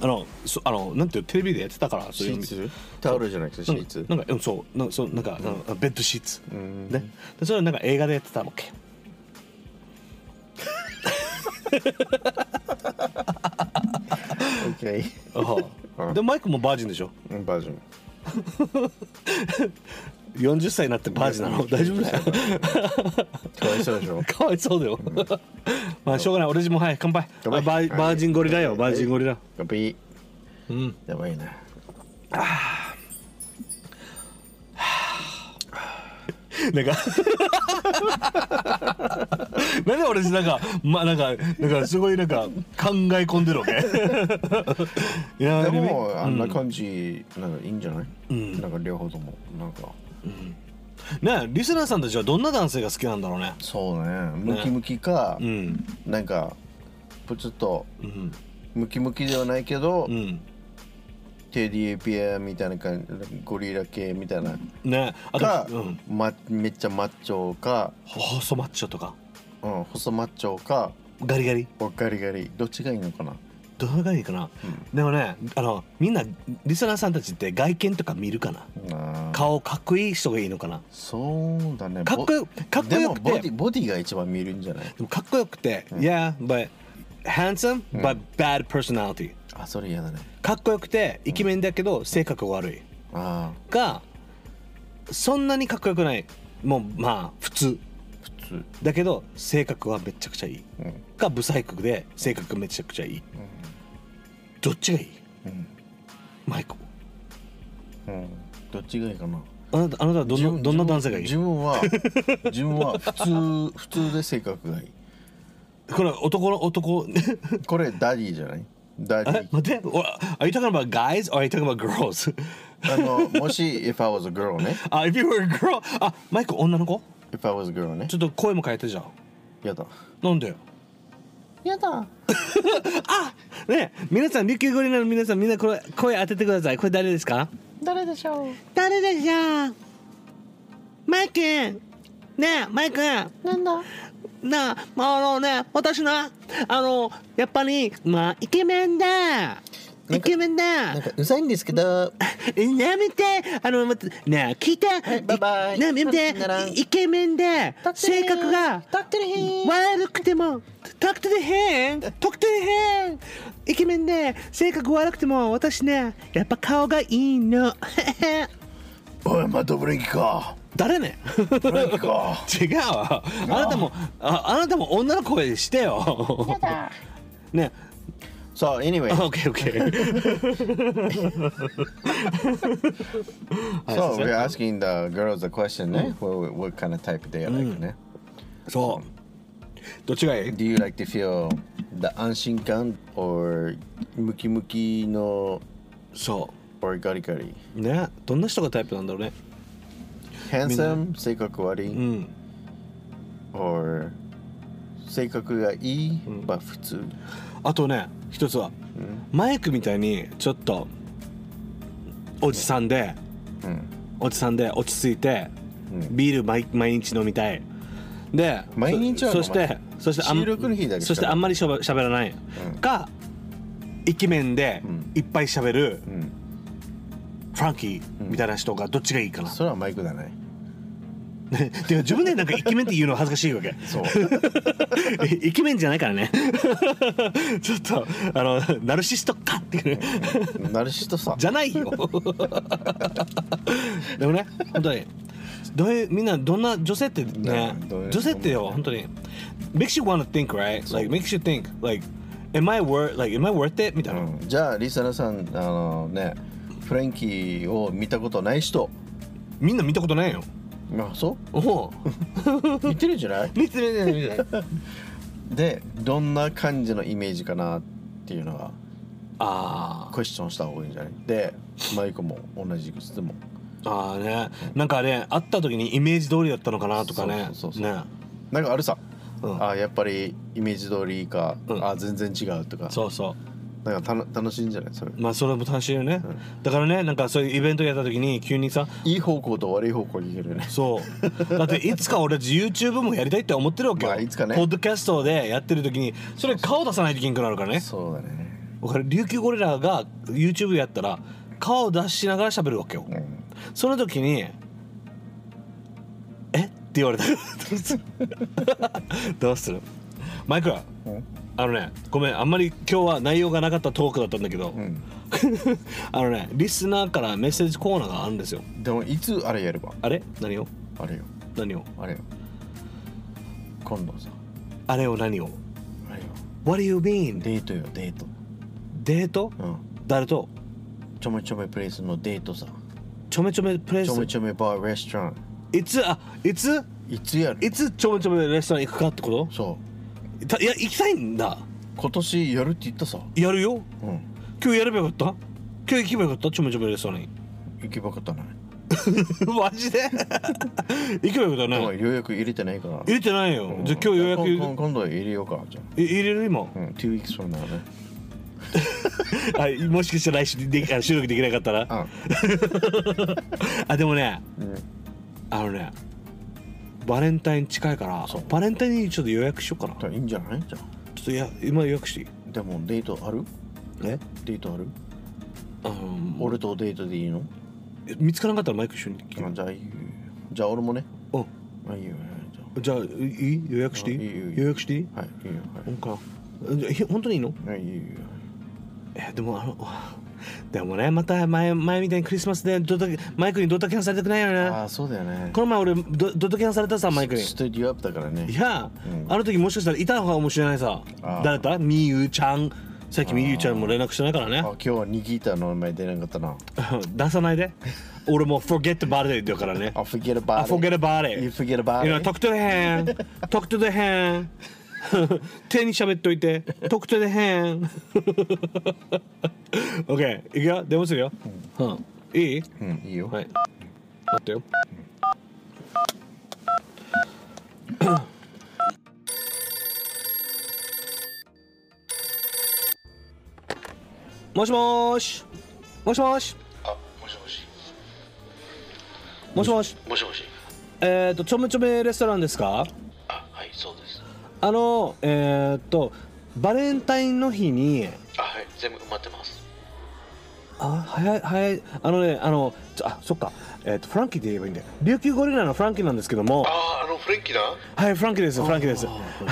A: あのそあのなんていうのテレビでやってたからそう
B: シ
A: いう
B: ーツタオルじゃなくてシーツ
A: なんかうんそうなんかそうなんか、あのベッドシーツ、
B: ん
A: ねでそれはなんか映画でやってたわけ
B: OK
A: あ
B: うん
A: でマイクもバージンでしょ
B: うんバージョン
A: 40歳になってバージンなの大丈夫だよ
B: かわいそうでしょ
A: かわいそうだよ まあしょうがない俺たちもはい乾杯
B: 乾杯
A: あバーバージンゴリラよバージンゴリラ
B: ガビ
A: うん
B: やばいな
A: なんかなんで俺なんかまあなんかなんかすごいなんか考え込んでるわけいや
B: で
A: で
B: も
A: も
B: あんな感じなんかいいんじゃないなんか両方ともなんか
A: ねリスナーさんたちはどんな男性が好きなんだろうね
B: そうねムキムキか
A: うん
B: なんかプツッと
A: うん
B: ムキムキではないけど
A: うん
B: テディピアみたいな感じゴリラ系みたいな
A: ねあ
B: か
A: と、うん、
B: まめっちゃマッチョか
A: 細マッチョとか
B: うん細マッチョか
A: ガリガリ
B: ガリガリどっちがいいのかな
A: どのがいいかな、でもねあのみんなリスナーさんたちって外見とか見るかな
B: あー
A: 顔かっこいい人がいいのかな
B: そうだね
A: かっこよかっこ
B: で
A: よ
B: も
A: くて
B: ボディボディが一番見るんじゃない
A: でもかっこよくて、Yeah, but handsome, but bad personality.
B: あそれ嫌だね
A: かっこよくてイケメンだけど性格が悪い。
B: あ
A: が、そんなにかっこよくない。もうまあ普通。
B: あ普通
A: だけど性格はめちゃくちゃいい。
B: うん
A: が、不細工で性格がめちゃくちゃいい。どっちがいい
B: うん
A: マイク。
B: うんどっちがいいかな
A: あなたあなたはどん
B: 自
A: な
B: 分
A: どんな男性がいい
B: 自分は自分は 普通普通で性格がいい
A: これ男の男。
B: これダディじゃないダデ
A: え
B: ィ
A: 待って。お Are you talking about guys or are you talking about girls?
B: あのもし if I was a girl ね
A: あ、if you were a girl。あ、マイク女の子
B: if I was a girl ね
A: ちょっと声も変えてじゃん。
B: やだ
A: なんでよ。
B: やだ
A: ねえ皆さん琉球ゴリラの皆さんみんなこれ声当ててくださいこれ誰ですか
D: 誰でしょう
A: 誰でしょうマイクねえマイク
D: なんだ
A: なあまああのね私なあのやっぱりまあイケメンだイケメンだ
B: なんかうざいんですけど
A: やめてあの待ってねえ聞いて
B: いバイバイ
A: いねえ見て
B: さよなら
A: イケメンで性格が
D: 立ってるへん
A: 悪くても得点へん得点へんイケメンで性格悪くても私ねやっぱ顔がいいの
B: おいまたブレーキか
A: 誰ね
B: ブレーキ か
A: 違うわあなたもああなたも女の声してよ
D: やだ
A: ね
B: So anyway,
A: あ OK OK
B: so we're asking the girls a question, eh? What, what kind of type they like, eh?
A: そうどっちがいい
B: Do you like to feel the 安心感 or ムキムキの
A: そ
B: or ガリガリ
A: うねどんな人がタイプなんだろうね
B: handsome 性格悪い、
A: うん、
B: or 性格がいい、but 普通
A: あとね一つは、マイクみたいにちょっとおじさんで、おじさんで落ち着いて、ビール毎毎日飲みたいで
B: 毎日は
A: そそ
B: 飲
A: して
B: まない
A: そしてあん
B: 収録の日だけしか
A: そしてあんまりしゃべしゃべらない、かイケメンで
B: ん
A: いっぱいしゃべる、
B: ん
A: フランキーみたいな人がどっちがいいかな、
B: それはマイクだね
A: ねてか自 分でなんかイケメンって言うの恥ずかしいわけ
B: そう
A: イケメンじゃないからねちょっとあのナルシストかっていう
B: ナルシストさ
A: じゃないよ でもね本当にどういうみんなどんな女性ってね
B: ねどういう
A: 女性ってよ本当に makes you wanna think right like makes you think like am I worth like am I worth it みたいな、
B: うんじゃあリサナさんあのねフレンキーを見たことない人
A: みんな見たことないよ
B: まあそ
A: お お
B: う似てるんじゃない
A: 見て見て見て
B: でどんな感じのイメージかなっていうのが
A: あー
B: クエスチョンした方がいいんじゃないでマイクも同じく質問
A: あーねなんかね会った時にイメージ通りだったのかなとかね
B: そうそうそうそう
A: ね
B: なんかあるさ、
A: うん
B: あやっぱりイメージ通りか、
A: うん
B: あ全然違うとか
A: そうそう
B: なんかたの楽しいんじゃないそれ
A: まあそれも楽しいよね、だからねなんかそういうイベントやった時に急にさ
B: いい方向と悪い方向に行けるね
A: そうだっていつか俺 YouTube もやりたいって思ってるわけよ、
B: まあいつかね
A: ポッドキャストでやってる時にそれ顔出さないといけんくなるからね
B: そうだね
A: わかる琉球ゴリラが YouTube やったら顔を出しながら喋るわけよ、
B: ん
A: その時に「えっ?」て言 われたどうするどうするマイクラあのねごめんあんまり今日は内容がなかったトークだったんだけど、
B: ん
A: あのねリスナーからメッセージコーナーがあるんですよ
B: でもいつあれやれば
A: あれ何を
B: あれよ
A: 何を
B: あれよ今度さ
A: あれを何を
B: あれよ
A: What do you mean?
B: デートよデート
A: デート
B: うん
A: 誰と
B: ちょめちょめプレイスのデートさ
A: ちょめちょめプレイ
B: ち
A: ス
B: ょめちょめバーレストラン
A: いつあいつ
B: いつやる
A: いつちょめちょめレストラン行くかってこ
B: そう
A: とたいや行きたいんだ
B: 今年やるって言ったさ
A: やるよ
B: うん
A: 今日やればよかった今日行けばよかったちょめちょめレストラン に
B: 行けばよかったね
A: マジで 行けばよかった
B: でも
A: ね
B: 予約入れてないから
A: 入れてないよ、
B: うん
A: じゃあ今日予約
B: こ
A: 入
B: んこん今度入れようかじゃ
A: れ入れる今
B: あうん two weeks from now ね
A: あもしかしたら来週で あ収録できなかったら
B: あ
A: あでもね、
B: ん
A: あのねバレンタイン近いから
B: そう
A: バレンタインにちょっと予約しようかな
B: じゃあいいんじゃないじゃ
A: ちょっといや今予約していい
B: あでもデートある
A: え
B: デートある
A: あの
B: 俺とデートでいいの
A: 見つからなかったらマイク一緒に来る
B: あじゃあいいよじゃあ俺もね
A: うん
B: あいいよじ
A: じ
B: ゃ
A: ゃあいい予約していい
B: あいいよいいよ
A: 予約していい
B: あはいいいよ
A: ほんかじゃあひ本当にいいの
B: はいいいよ
A: えでもあの でもねまた前前みたいにクリスマスでドタマイクにドタキャンされたくないよ
B: あ
A: ね
B: あそうだよね
A: この前俺ドドタキャンされたさマイクに
B: ストディオアップだから
A: い
B: ね
A: や、
B: うん
A: あの時もしかしたらいた方かもしれないさ
B: あー
A: 誰だみゆちゃんさっきみゆちゃんも連絡してないから
B: あ
A: ね
B: 今日はニギータの名前出なかったな
A: 出さないで俺もう forget about it だからね
B: あ forget
A: I
B: about it
A: forget about it
B: You forget about
A: You know,
B: it
A: talk to the hand talk to the hand 手に喋っといて talk to the hand OK いくよ電話するよ、うん、いい
B: うんいいよ
A: はい待ってよ もしもーしもしもーし
C: あもしもし
A: もしもし
C: もしもし
A: えっ、ー、とちょめちょめレストランですか
C: あはいそうです
A: あのえっ、ー、とバレンタインの日に
C: あはい全部埋まってます
A: あ早い早いあのねあのちょあそっかえっ、ー、とフランキーで言えばいいんだよ琉球ゴリラのフランキーなんですけども
C: あああのフレンキーだ
A: はいフランキーですフランキーです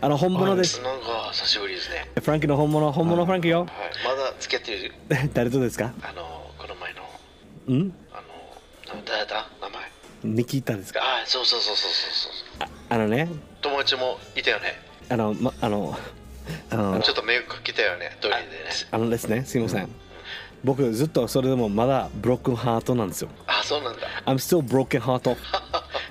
A: あの本物です
C: なんか久しぶりですね
A: フランキーの本物本物フランキーよ
C: はいまだ付き合ってる
A: 誰とですか
C: あのこの前の
A: ん
C: あのな誰だ名前
A: ニキータですか
C: あそうそうそうそうそうそう
A: あのね
C: 友達もいたよね
A: あのまあのあ
E: ちょっと目かけたよねドリルでね
A: あのですねすいません僕ずっとそれでもまだブロックンハートなんですよ
E: あそうなんだ
A: I'm still broken heart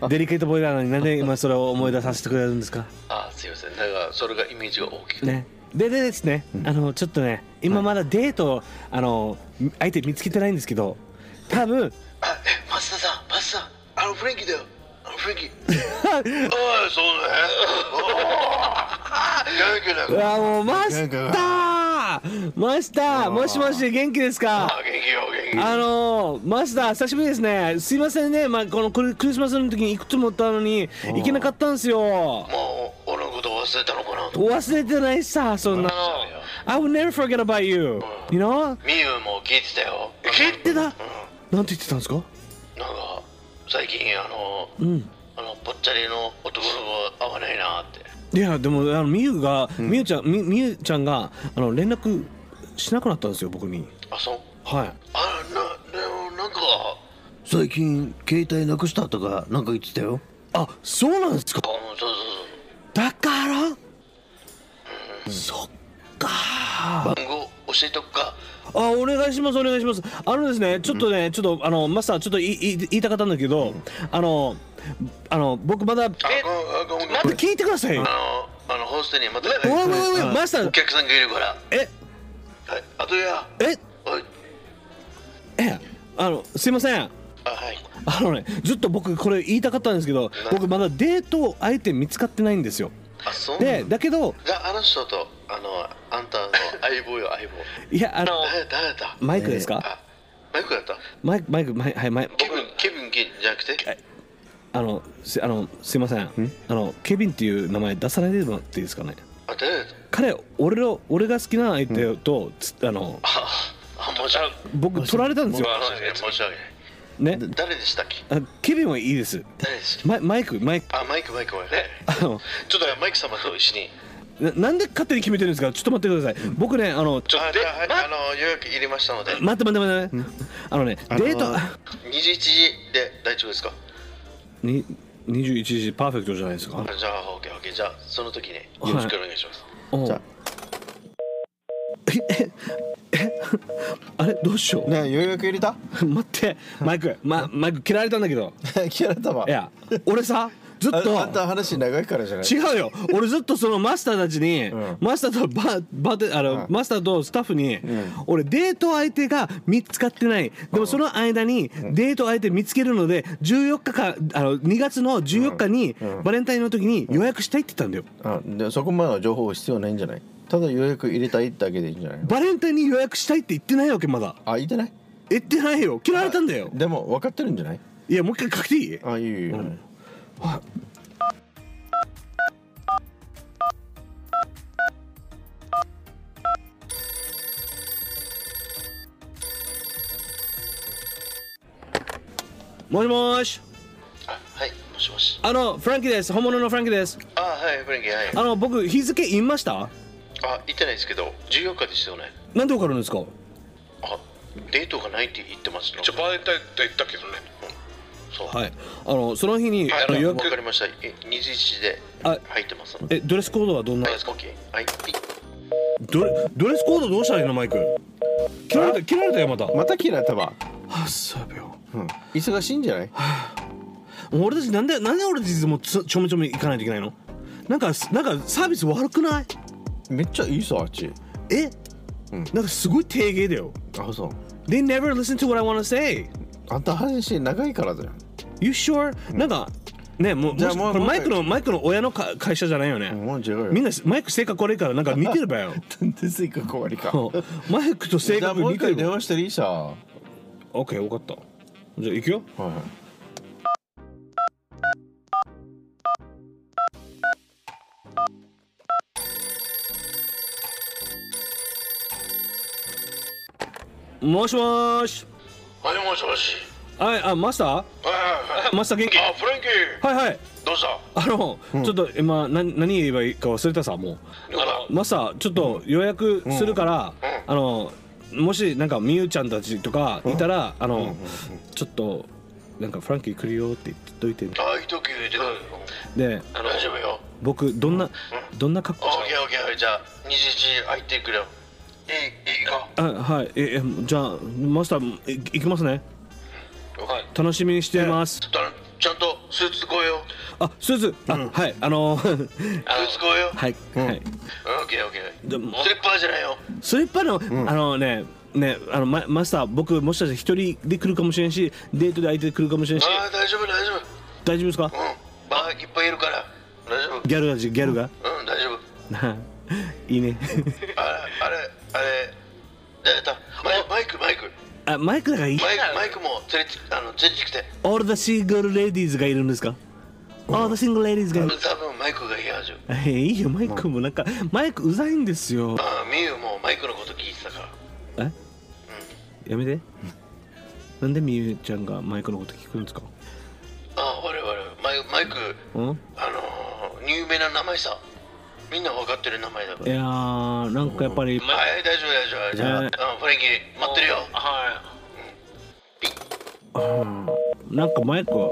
A: デリケートボーイなのになんで今それを思い出させてくれるんですか
E: あすいませんだからそれがイメージが大きくて
A: ねででですね、あのちょっとね今まだデートをあの相手見つけてないんですけど多分
C: あえマスターさんマスターあのフレンキだよあのフレンキ
E: おいそうね 元気だ
A: う
E: よ
A: わもうマスターマスターもしもし元気ですか
E: あ元気よ元気
A: あのー、マスター久しぶりですねすいませんね、まあ、このクリクリスマスの時に行くと思ったのに行けなかったんですよ
E: もう俺のこと忘れたのかな
A: 忘れてないさそんなの
E: そうよ
A: I will never forget about you you know
E: みゆも聞いてたよ
A: 聞いてたなんて言ってたんですか
E: なんか最近あの
A: うん
E: あのぽっちゃりの男の子合わないなって
A: いやでもあのみゆがみゆちゃんみみゆちゃんがあの連絡しなくなったんですよ僕に
E: あそう
A: はい
E: あなでもなんか
F: 最近携帯なくしたとかなんか言ってたよ
A: あそうなんですか
E: あそうそう
A: だからそっか
E: そう番号教えとくか
A: あお願いしますお願いしますあのですねちょっとね、ちょっとあのマスターちょっといい言いたかったんだけど、あのあの僕まだ
E: あ
A: え
E: ごめんごめん
A: 待って聞いてくださいよ
E: あのあのホストにまた
A: おいおいおいおいマスタ
E: お
A: ー
E: 客さんがいるから
A: え
E: はいあとや
A: え
E: はい
A: えあのすいませ
E: あ
A: ん
E: はい
A: あのねずっと僕これ言いたかったんですけど僕まだデート相手見つかってないんですよ
E: あそう
A: でだけど
E: じゃああの人とあのあんたの相棒よ相棒
A: いやあの
E: 誰誰だ
A: マイクですか
E: あマイクだった
A: マイクマイクマイはいマイ
E: ケビンケビンケンじゃなくて
A: あのすあのすいませんあのケビンっていう名前出さないでもらっていいですかね
E: あ誰だった
A: 彼俺の俺が好きな相手とつあの
E: ああ申し訳ない
A: 僕取られたんですよ
E: 申し訳ない
A: ね
E: 誰でしたっけ
A: あケビンはいいです
E: 誰でしたっ
A: マイマイクマイク
E: けあマイクマイクマイク
A: あの
E: ちょっとマイク様と一緒に
A: ななんで勝手に決めてるんですかちょっと待ってください僕ねあのちょ
E: ちょっとであの予約入れましたので
A: 待って待って待ってあのねデート
E: 21時で大丈夫ですか
A: に21時パーフェクトじゃないですか
E: あじゃあ OKOK じゃあその時によろしくお願いします
A: おう
B: じゃあ
A: えええあれどうしよう
B: ね予約入れた
A: 待ってマイク、ま、マイク切られたんだけど
B: 切られたわ
A: いや俺さずっ
B: ああん
A: と
B: た話長いからじゃない
A: 違うよ俺ずっとそのマスターたちに、
B: ん
A: マスターとババテあの、
B: うん
A: マスターとスタッフに、
B: ん
A: 俺デート相手が見つかってないでもその間にデート相手見つけるので14日かあの2月の14日に、バレンタインの時に予約したいって言ったんだよ、
B: うんでそこまでの情報必要ないんじゃないただ予約入れたいだけでいいんじゃないの
A: バレンタインに予約したいって言ってないわけまだ
B: あ入れてない
A: 言ってないよ切られたんだよ
B: でも分かってるんじゃない
A: いやもう一回書きていい
B: あいいよいいよ、
A: もしもーし
E: あはいもしもし
A: あのフランキーです本物のフランキーです
E: あはいフレンキーはい
A: あの僕日付言いました
E: あ行ってないですけど14日ですよね
A: なんでわかるんですか
E: あデートがないって言ってますね
G: 一応バレンタインって言ったけどね
E: そうはい
A: はいあのその日にあの予
E: わ
A: 約
E: かりましたえ21時で
A: あ
E: 入ってますので
A: えドレスコードはどんな
E: はい OK はい
A: ドレドレスコードどうしたらいいのマイク切られた切られたよまた
B: また切られたわ、
A: あそうだよ
B: うん、忙しいんじゃない
A: もう俺たちなんでなんで俺たちもつちょめちょめ行かないといけないのなんかすなんかサービス悪くない
B: めっちゃいいさあっち
A: え、なんかすごい低芸だよ
B: あそう
A: They never listen to what I wanna say
B: あんた話長いからだよ
A: You sure、なんかねもう
B: じゃ
A: も
B: あ
A: し
B: もう
A: これ
B: もう
A: マ
B: 一回
A: イクのマイクの親のか会社じゃないよね
B: もう違うよ
A: みんなマイク性格悪いからなんか見てればよ
B: 全然性格悪いか
A: そうマイクと性
B: じゃあ
A: 格
B: もう
A: 見
B: 一
A: てれ
B: 回電
A: ば
B: 話したらいいさは
A: OK 分かったじゃあ行くよ
B: いはい
A: もしもーし
E: はいもしもし
A: はいあマスター
E: はいはいはい
A: マスター元気
E: あフレンキー
A: はいはい
E: どうした
A: あの、ちょっと今な何言えばいいか忘れたさも
E: あら
A: うマスターちょっと予約するから、
E: う
A: あのもしなんかみゆちゃんたちとかいたら、あの、ちょっとなんかフランキー来るよって言っといてみたい
E: ああいう時言うてくれるの
A: で
E: あの大丈夫よ
A: 僕どんなどんな格
E: オ
A: 好
E: ッケーオッケーはいじゃあ2時時入ってくれよいいいいか
A: あはいええじゃあマスターい行きますね
E: はい
A: 楽しみにしてます
E: 頼むちゃんとスーツ来いよ
A: あスーツあ、はいあの
E: スーツ来いよ
A: はい、はい
E: オッケーオッケ
A: で
E: ー
A: も
E: スリッパじゃないよ
A: スリッパの、あのねねあのママスター僕もしかして一人で来るかもしれんしデートで相手で来るかもしれんし
E: ああ大丈夫大丈夫
A: 大丈夫ですか
E: うんまあいっぱいいるから大丈夫
A: ギャルだしギャルが、
E: うん大丈夫
A: いいね
E: あれあれあれ誰だマイマイクマイク
A: あマイクだからいい
E: マイクマイクも連れてあの連れてきて
A: All the single ladies がいるんですか All the single ladies
E: 多
A: が
E: 分マイクがいいはず
A: えいいよマイクもなんかマイクうざいんですよ
E: ああミユもマイクのこと聞いてたから
A: えやめてなんでみゆちゃんがマイクのこと聞くんですか
E: ああ我々マイマイク
A: うん
E: あのー、有名な名前さみんな分かってる名前だか
A: い
E: ら
A: やーなんかやっぱり
E: はい大丈夫大丈夫じゃあ、うん、フレンキー待ってるよ
G: は
A: なんかマイクは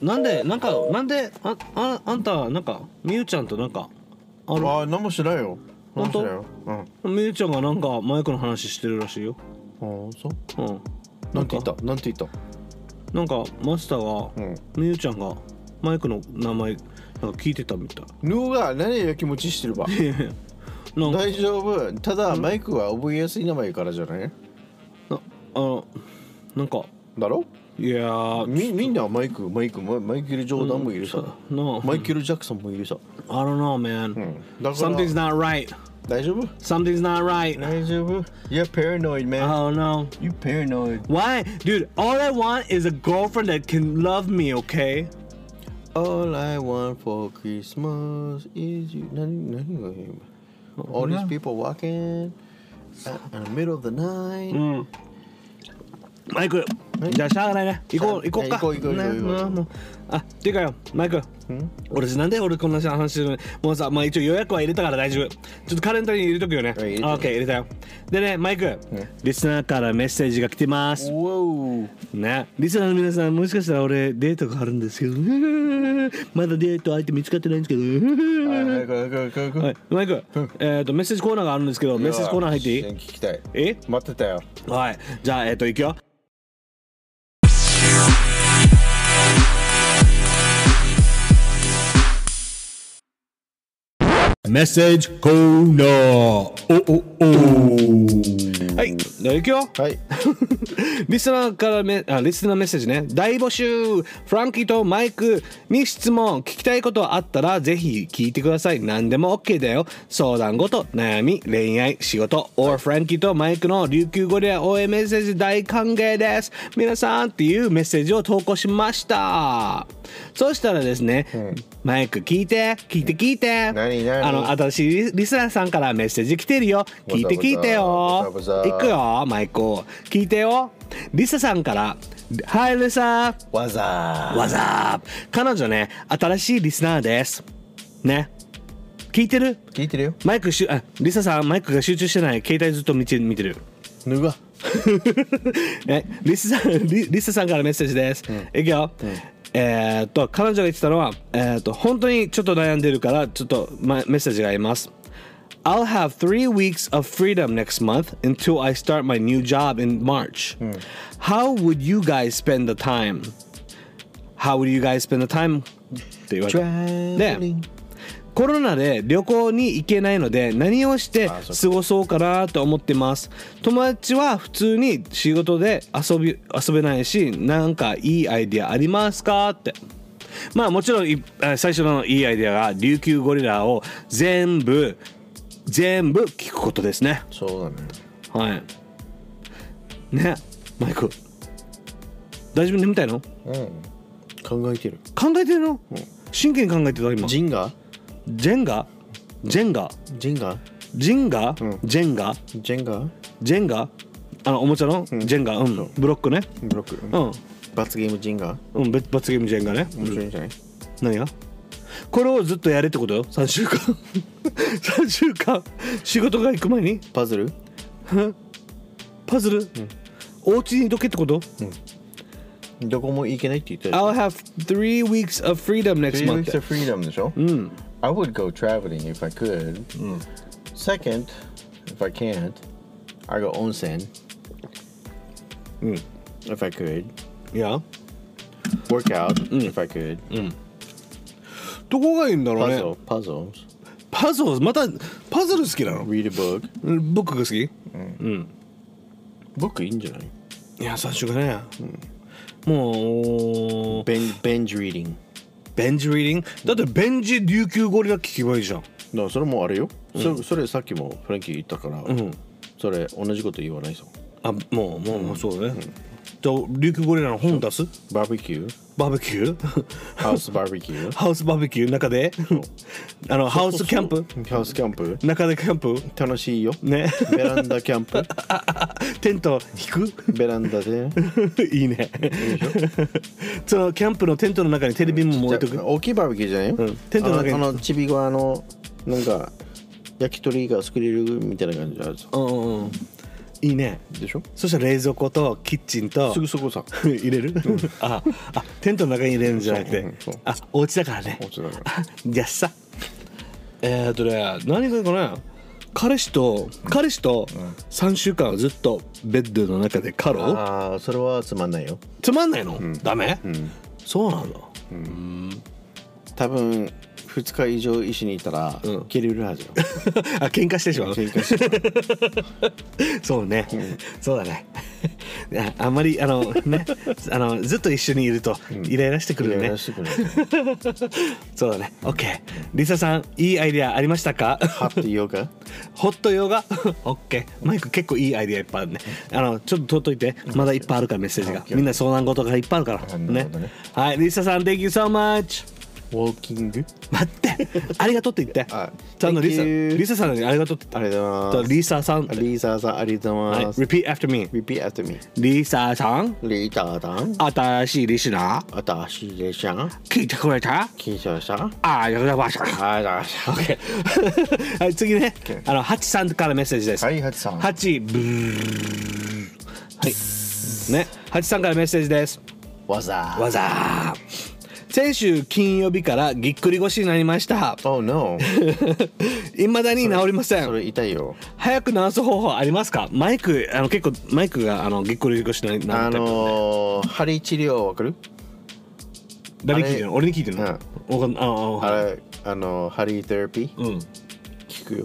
A: なんでなんかなんであああんたなんかみゆちゃんとなんかあ
B: あ
A: の
B: あ何もしないよ
A: 本当
B: 何もしないよ
A: みゆちゃんがなんかマイクの話してるらしいよ
B: うんああそう
A: うん
B: なんて言ったなんて言っ
A: なんかマスター
B: たう
A: が
B: ん
A: みゆちゃんがマイクの名前なんか聞いてたみたい
B: ヌーが何やきもちしてるば
A: なんか
B: 大丈夫ただマイクは覚えやすい名前からじゃない
A: なあのなんか
B: だろ
A: いやー
B: みみんなマイクマイクマイマイケル・ジョーダンもいるさ、
A: no
B: マイケル・ジャクソンもいるさ、
A: I don't know man、
B: うん、だから
A: something's not right
B: 大丈夫
A: something's not right
B: 大丈夫 You're paranoid man
A: oh no
B: You paranoid
A: why dude all I want is a girlfriend that can love me okay
B: All I want for Christmas is you 何何が言う All these people walking at- in the middle of the night、
A: うんマイク
B: はい
A: じゃあしゃあないね行こう
B: じゃ
A: 行こうか
B: 行こう行こう行こう
A: ね
B: 行こう行こう
A: もうあっていうかよマイク俺なんで俺こんな話してるのにもうさまあ一応予約は入れたから大丈夫ちょっとカレンダーに入れとくよね
B: はい入れて
A: あ OK 入れたよでねマイクリスナーからメッセージが来てます
B: お
A: ねリスナーの皆さんもしかしたら俺デートがあるんですけど まだデート相手見つかってないん です
B: お
A: け
B: 早く早く早く
A: どは
B: 早
A: い
B: く
A: マイクえっとメッセージコーナーがあるんですけどメッセージコーナー入っていい
B: 聞きたい
A: え
B: 待ってたよ
A: はいじゃあえっと行くよ
H: メッセージコーナーおおお
A: はいじゃあ行くよ
B: はい
A: リスナーからめあリスナーメッセージね大募集フランキーとマイクに質問聞きたいことあったらぜひ聞いてください何でも OK だよ相談事悩み恋愛仕事 or フランキーとマイクの琉球語で応援メッセージ大歓迎です皆さんっていうメッセージを投稿しましたそしたらですね、マイク聞いて聞いて聞いて
B: 何何
A: あの新しいリリスナーさんからメッセージ来てるよ聞いて聞いてよ
B: ブザブザブザブザ
A: いくよマイコ聞いてよリサさんから「はいリサ
B: わざ
A: わざ彼女ね新しいリスナーですね聞いてる
B: 聞いてるよ
A: マイクしゅあリサさんマイクが集中してない携帯ずっと見て見てる
B: ヌーが
A: えリスさんリリスさんからメッセージです。いくよ。えーっと彼女が言ってたのは、えーっと本当にちょっと悩んでるからちょっとまメッセージがあります。I'll have three weeks of freedom next month until I start my new job in March. How would you guys spend the time? How would you guys spend the time? って言われた。
B: Traveling
A: コロナで旅行に行けないので何をして過ごそうかなと思ってます友達は普通に仕事で遊び遊べないしなんかいいアイディアありますかってまあもちろんいあ最初のいいアイディアが琉球ゴリラを全部全部聞くことですね
B: そうだね
A: はいねマイク大丈夫眠たいの
B: 考えてる
A: 考えてるの真剣に考えてた今
B: ジンガ
A: ジェンガジェンガ
B: ジンガ
A: ジンガ、ジェンガ
B: ジェンガ
A: ジェンガあのおもちゃの、ジェンガ、うん、ブロックね
B: ブロック
A: うん、
B: 罰ゲームジンガ
A: うん、別罰ゲームジェンガね、
B: 面白いんじゃない
A: 何がこれをずっとやれってことよ3週 間3週間仕事が行く前に
B: パズル
A: パズル、お家にどけってこと、
B: どこも行けないって言ってた
A: I'll have three weeks of freedom next
B: Three
A: month.
B: weeks of freedom でしょ、I would go traveling if I could、Second, if I can't, I go 温泉、If Mm. I could,
A: yeah.
B: work out、if I could、
A: どこがいいんだろうね
B: Puzzle, puzzles,
A: パズルまたパズル好きなの
B: read a book
A: 僕が好き
B: 僕いいんじゃない
A: いや最初がね、もう
B: Bench, bench reading
A: ベンジリーディングだってベンジ琉球ゴリラ聞けばいいじゃん
B: だからそれもあれよ、そそれさっきもフランキー言ったから、それ同じこと言わないぞ
A: あもうもうもうそうだね、じゃあ琉球ゴリラの本出す
B: バーベキュー
A: バーベキュー
B: ハウスバーベキ ュー
A: ハウスバーベキューの中で あのハウスキャンプ
B: ハウスキャンプ
A: 中でキャンプ
B: 楽しい よ
A: ね
B: ベランダキャンプ
A: テント引く
B: ベランダで
A: いいね そのキャンプのテントの中にテレビも置いと
B: じゃあ
A: く
B: 大きいバーベキューじゃないよ、
A: うんテントの中に
B: あのあのちびごあのなんか焼き鳥が作れるみたいな感じあるじゃ
A: うんうんうんいいね
B: んでしょ
A: そしたら冷蔵庫とキッチンと
B: すぐそこさ
A: 入れる、ああテントの中に入れるんじゃなくて、
B: そううんそう
A: あお家だからね
B: お家だから
A: あじゃあさえー、っとね何がいいかな彼氏と彼氏と3週間はずっとベッドの中でカロー
B: ああそれはつまんないよ
A: つまんないの、ダメ、そうなんだ
B: 多分2日以上一緒にいたら、
A: うん
B: 切れるはず よ
A: あ喧嘩してしまう
B: 喧嘩して
A: そうね、そうだね いやあんまりあのねあのずっと一緒にいるとイライラしてく
B: く
A: る
B: れ
A: よね、
B: るしてくれ
A: そうだね OK リサさんいいアイディアありましたか
B: はって言おうか
A: ホットヨガ OK マイク結構いいアイディアいっぱいあるねあのちょっと取っといてまだいっぱいあるからメッセージがみんな相談事がいっぱいあるから
B: なる
A: ね
B: ほどね
A: はいリサさん Thank you so much
B: ウォーキング
A: 待 ってありがとうって言って
B: あ
A: ちゃんとリサ
B: Thank you
A: リサさんにありがとうって
B: あ
A: 言っ
B: りがと
A: た
B: うござ
A: と
B: います
A: リサさん
B: リーサーさんありがとうござ
A: はいい
B: ます、
A: Repeat after me
B: Repeat after me
A: リサさん
B: リーターさん
A: 新しいリスナー
B: 新しい列車
A: 聞いてくれた
B: 緊張したはい
A: ありがとうございました
B: ありがとうございました
A: はい次ねあのハチさんからメッセージです
B: はいハチさん
A: ハチブーはいねハチさんからメッセージです
B: わざ
A: わざー先週金曜日からぎっくり腰になりました
B: Oh no
A: いまだに治りませ
B: そ
A: ん
B: れ痛いよ
A: 早く治す方法ありますかマイクあの結構マイクがあのぎっくり腰にな
B: あ
A: るタイプ
B: のー、針治療わかる
A: 誰に聞いてるの俺に聞いてるの、わかんああ
B: あれあのー、針テラピー
A: うん
B: 効くよ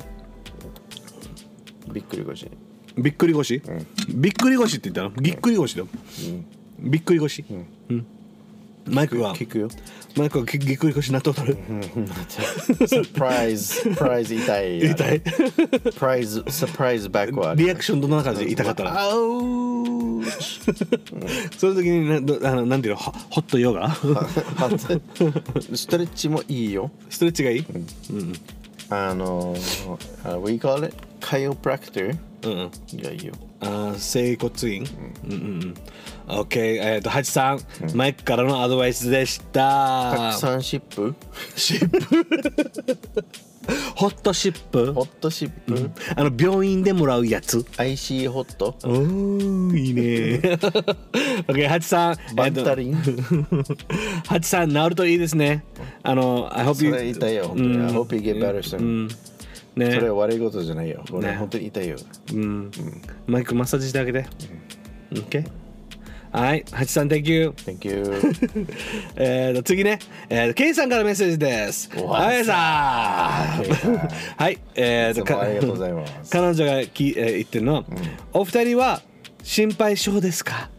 B: びっくり腰
A: びっくり腰、びっくり腰って言ったのぎっくり腰だよ、びっくり腰、うんマイクが
B: 効 くよ
A: マイクがぎぎっくり腰になっとったる、
B: サプライズサプライズ痛い
A: 痛い
B: サプライズサプライズバックワード
A: リアクションどんな感じで痛かったら
B: あお ー
A: その時になどあのなんていうのホホットヨガ
B: ストレッチもいいよ
A: ストレッチがいい、
B: あのー、あ what you call it? カイオプラクター
A: うんうん
B: がいいよ
A: あー整骨院、うん、うんうん OK えっ、とハチさん、マイクからのアドバイスでした
B: たくさんシップ
A: シップ ホットシップ
B: ホットシップ、
A: あの病院でもらうやつ
B: IC ホット
A: おーいいね OK ハチさん
B: バンタリン
A: ハチさん治るといいですねあの I
B: そ
A: hope you
B: れ痛いよ、本当に I hope you get better soon、
A: ね
B: それ悪いことじゃないよ俺、
A: ね
B: 本当に痛いよ
A: マイクマッサージしてあげて。OK? はい、ハチさん、Thank you。
B: Thank you
A: えーと、次ね、えーと、ケイさんからメッセージです。
B: お
A: は
B: はい
A: さんはい、えーと、
B: いつも
A: か
B: ありがとうございます
A: 彼女がき、えー言ってるのは、お二人は心配性ですか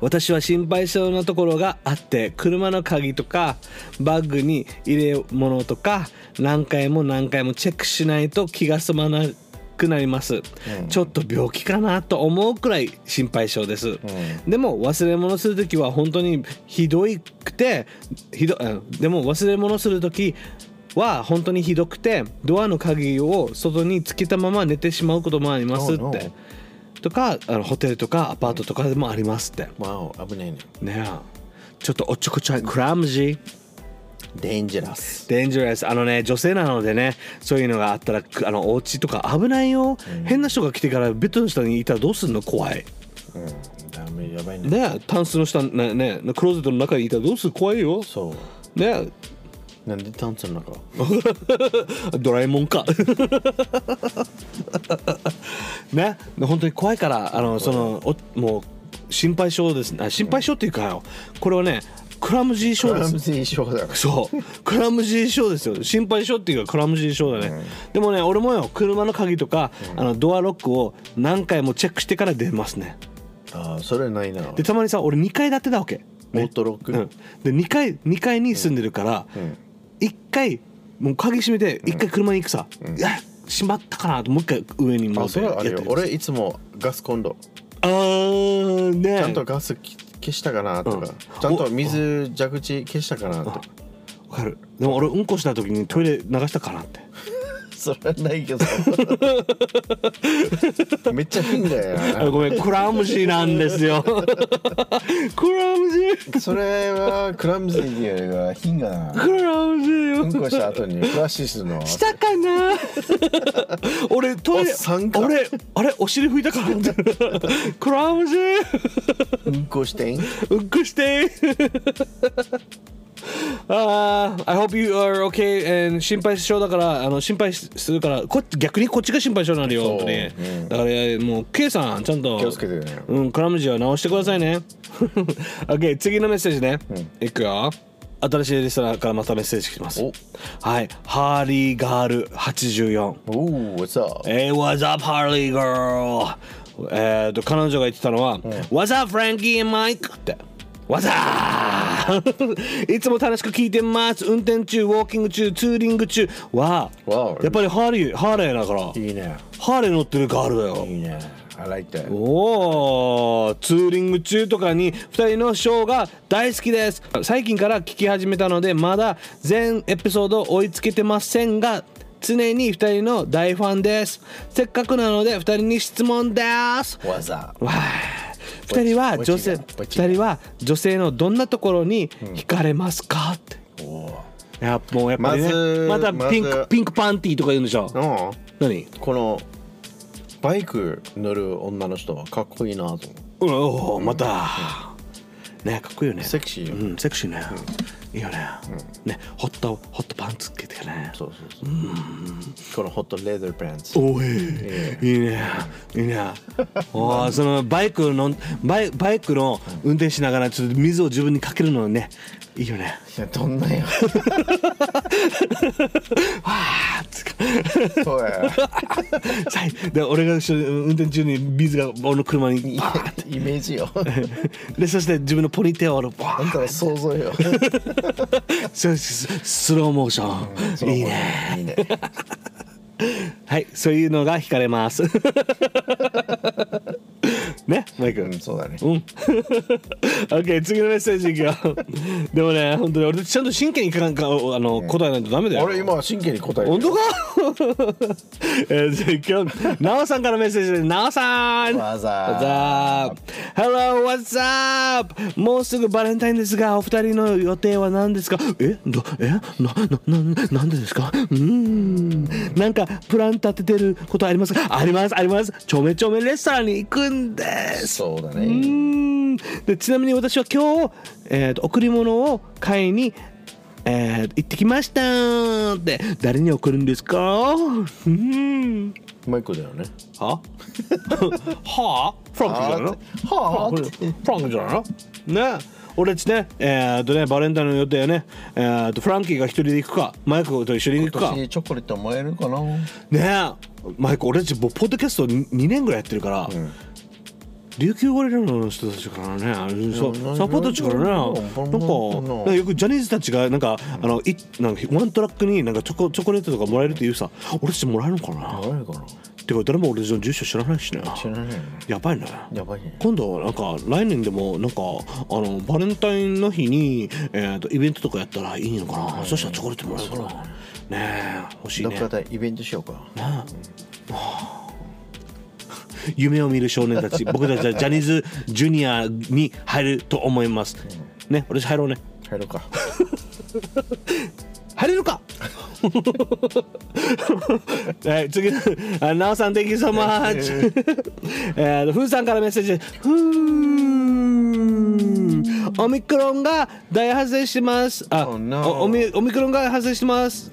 A: 私は心配性なところがあって車の鍵とかバッグに入れ物とか何回も何回もチェックしないと気が済まなくなります、ちょっと病気かなと思うくらい心配性です、でも忘れ物する時は本当にひどいくてひどうんでも忘れ物する時は本当にひどくてドアの鍵を外につけたまま寝てしまうこともありますって、
B: Oh, no.
A: とかあのホテルとかアパートとかでもありますって、
B: Wow 危ないね
A: ねえちょっとおっちょこちょいクラムジー
B: Dangerous
A: デンジャラスあのね女性なのでねそういうのがあったらあのお家とか危ないよ、変な人が来てからベッドの下にいたらどうすんの怖い
B: ダメめやばいね
A: ねタンスの下ねねクローゼットの中にいたらどうする怖いよ
B: そ
A: ね
B: うなんでタンツの中
A: ドラえもんか ね本当に怖いからあのそのおもう心配性ですねあ心配性っていうかよこれはねクラムジー症
B: ト
A: で
B: ラ
A: す
B: ンプ印象だよ
A: そうクラムジー症ですよ心配性っていうかクラムジー症だね、でもね俺もよ車の鍵とか、あのドアロックを何回もチェックしてから出ますね
B: ああそれないな
A: でたまにさ俺2階建てだわけ、
B: オートロック
A: うん、で2階二階に住んでるから、
B: うん
A: 一回もう鍵閉めて一回車に行くさ、いや閉まったかなともう一回上に
B: あ
A: 戻って
B: それ
A: やっ
B: はあ
A: て
B: る
A: る
B: よ俺いつもガスコンロ
A: あーね
B: ちゃんとガスき消したかなとか、ちゃんと水蛇口消したかなとか
A: わかるでも俺うんこした時にトイレ流したかなって
B: それはな いけどめっちゃ変だ
A: あ
B: よ
A: ごめんクラムジーなんですよクラムジー
B: なそれはクラムジーよりは品が な
A: クラムジー
B: う
A: よ
B: んこした後にフラッシュするの
A: したかな俺トイレ
B: おっさんか
A: 俺あれお尻拭いたかなってクラムジー
B: うんこしてん
A: うんこして ああ、I hope you are okay and 心配性だからあの心配するからこ逆にこっちが心配性になるよ
B: そう
A: 本当に、
B: うん
A: だからもう K さんちゃんと
B: 気をつけてね
A: うんクラムジーは直してくださいね OK 次のメッセージね、いくよ新しいリスナーからまたメッセージ来てます
B: お
A: はいハーリーガール84
B: Ooh, what's up?
A: Hey, what's up, Harley girl? えーと、彼女が言ってたのは、What's up, Frankie and Mike? って。What's up? いつも楽しく聞いてます。運転中、ウォーキング中、ツーリング中。わあ、
B: Wow.
A: やっぱりハーリー、ハーレーだから。
B: いいね。
A: ハーレー乗ってるガールだよ
B: い。いね。I like that.
A: おーツーリング中とかに2人のショーが大好きです最近から聞き始めたのでまだ全エピソード追いつけてませんが常に2人の大ファンですせっかくなので2人に質問です
B: わざ。
A: わ2人は女性
B: ぼちぼちが
A: 二人は女性のどんなところに惹かれますかって、やっぱもうやっぱりね
B: まず
A: またピンク、
B: まず
A: ピンクパンティーとか言うんでしょ
B: うん。
A: 何
B: このバイク乗る女の人はかっこいいなと思う。
A: うんおーまた、ねかっこいいよね
B: セクシーよ
A: うん、セクシーね、いいよね、ねホットホットパンツつけてね
B: そうそうそう。このホットレザーパンツ。
A: おえいいねいい ねおーそのバイクのバイバイクの運転しながらちょっと水を自分にかけるのねいいよね
B: いやどんなよ。
A: あーつか
B: そうや。
A: 最で俺が一緒に運転中に水が俺の車にバーンっ
B: イメージよ。
A: てでそして自分のポニーテールを俺バ
B: あ
A: ーン
B: んたの想像よ。
A: そうススローモーション、いいね
B: いいね。
A: はい、そういうのが惹かれます。 ね、マイク。う。
B: うんんそうだ ね。
A: オッケー、次のメッセージいくよ。でもね、本当に俺ちゃんと真剣にかんかあの答えないとダメだよ。
B: 俺今真剣に答えて
A: 本
B: る。
A: 当か？ えーじゃあ今日なおさんからメッセージです。なおさん。
B: わざ
A: What's up? Hello, what's up? もうすぐバレンタインですが、お二人の予定は何ですかえどえな、な、な、なんでですかうーん。なんか、プラン立ててることありますかあります、あります。ちょめちょめレストランに行くんです。
B: そうだ
A: う
B: ね。
A: ーんでちなみに私は今日、えーと贈り物を買いに、えー行ってきましたって誰に送るんですかうん
B: マイクだよね。
A: は はフランクじゃないの
B: は
A: これフランクじゃないのね俺っちねえー、とねバレンタインの予定はねえー、とフランキーが一人で行くかマイクと一緒に行くか
B: あ。私チョコレートもらえるかな。
A: ねえマイク俺たちもうポッドキャストに2年ぐらいやってるから、琉球ゴリラの人たちからねあれそう
B: いや
A: サポートたちからねなんか
B: いや
A: なんかよくジャニーズたちがなんかあのいなんかワントラックになんかチョコチョコレートとかもらえるっていうさ俺たちもらえるのかな
B: もらえるかな。
A: てか誰も俺たちの住所知らないしね
B: 知らないよね。
A: やばいね
B: やばいね。
A: 今度なんか来年でもなんかあのバレンタインの日に、えー、とイベントとかやったらいいのかな、そしたらチョコレートもらえるかなねえ欲しい
B: どっ
A: ね
B: かでイベントしようか。
A: 夢を見る少年たち僕たちはジャニーズジュニアに入ると思いますね俺たち入ろうね
B: 入ろうか。
A: 入れる かはい次 あなおさん Thank you so much えーふーさんからメッセージふーうんオミクロンが大発生してますあ、
B: Oh, no.
A: おオミオミクロンが発生してます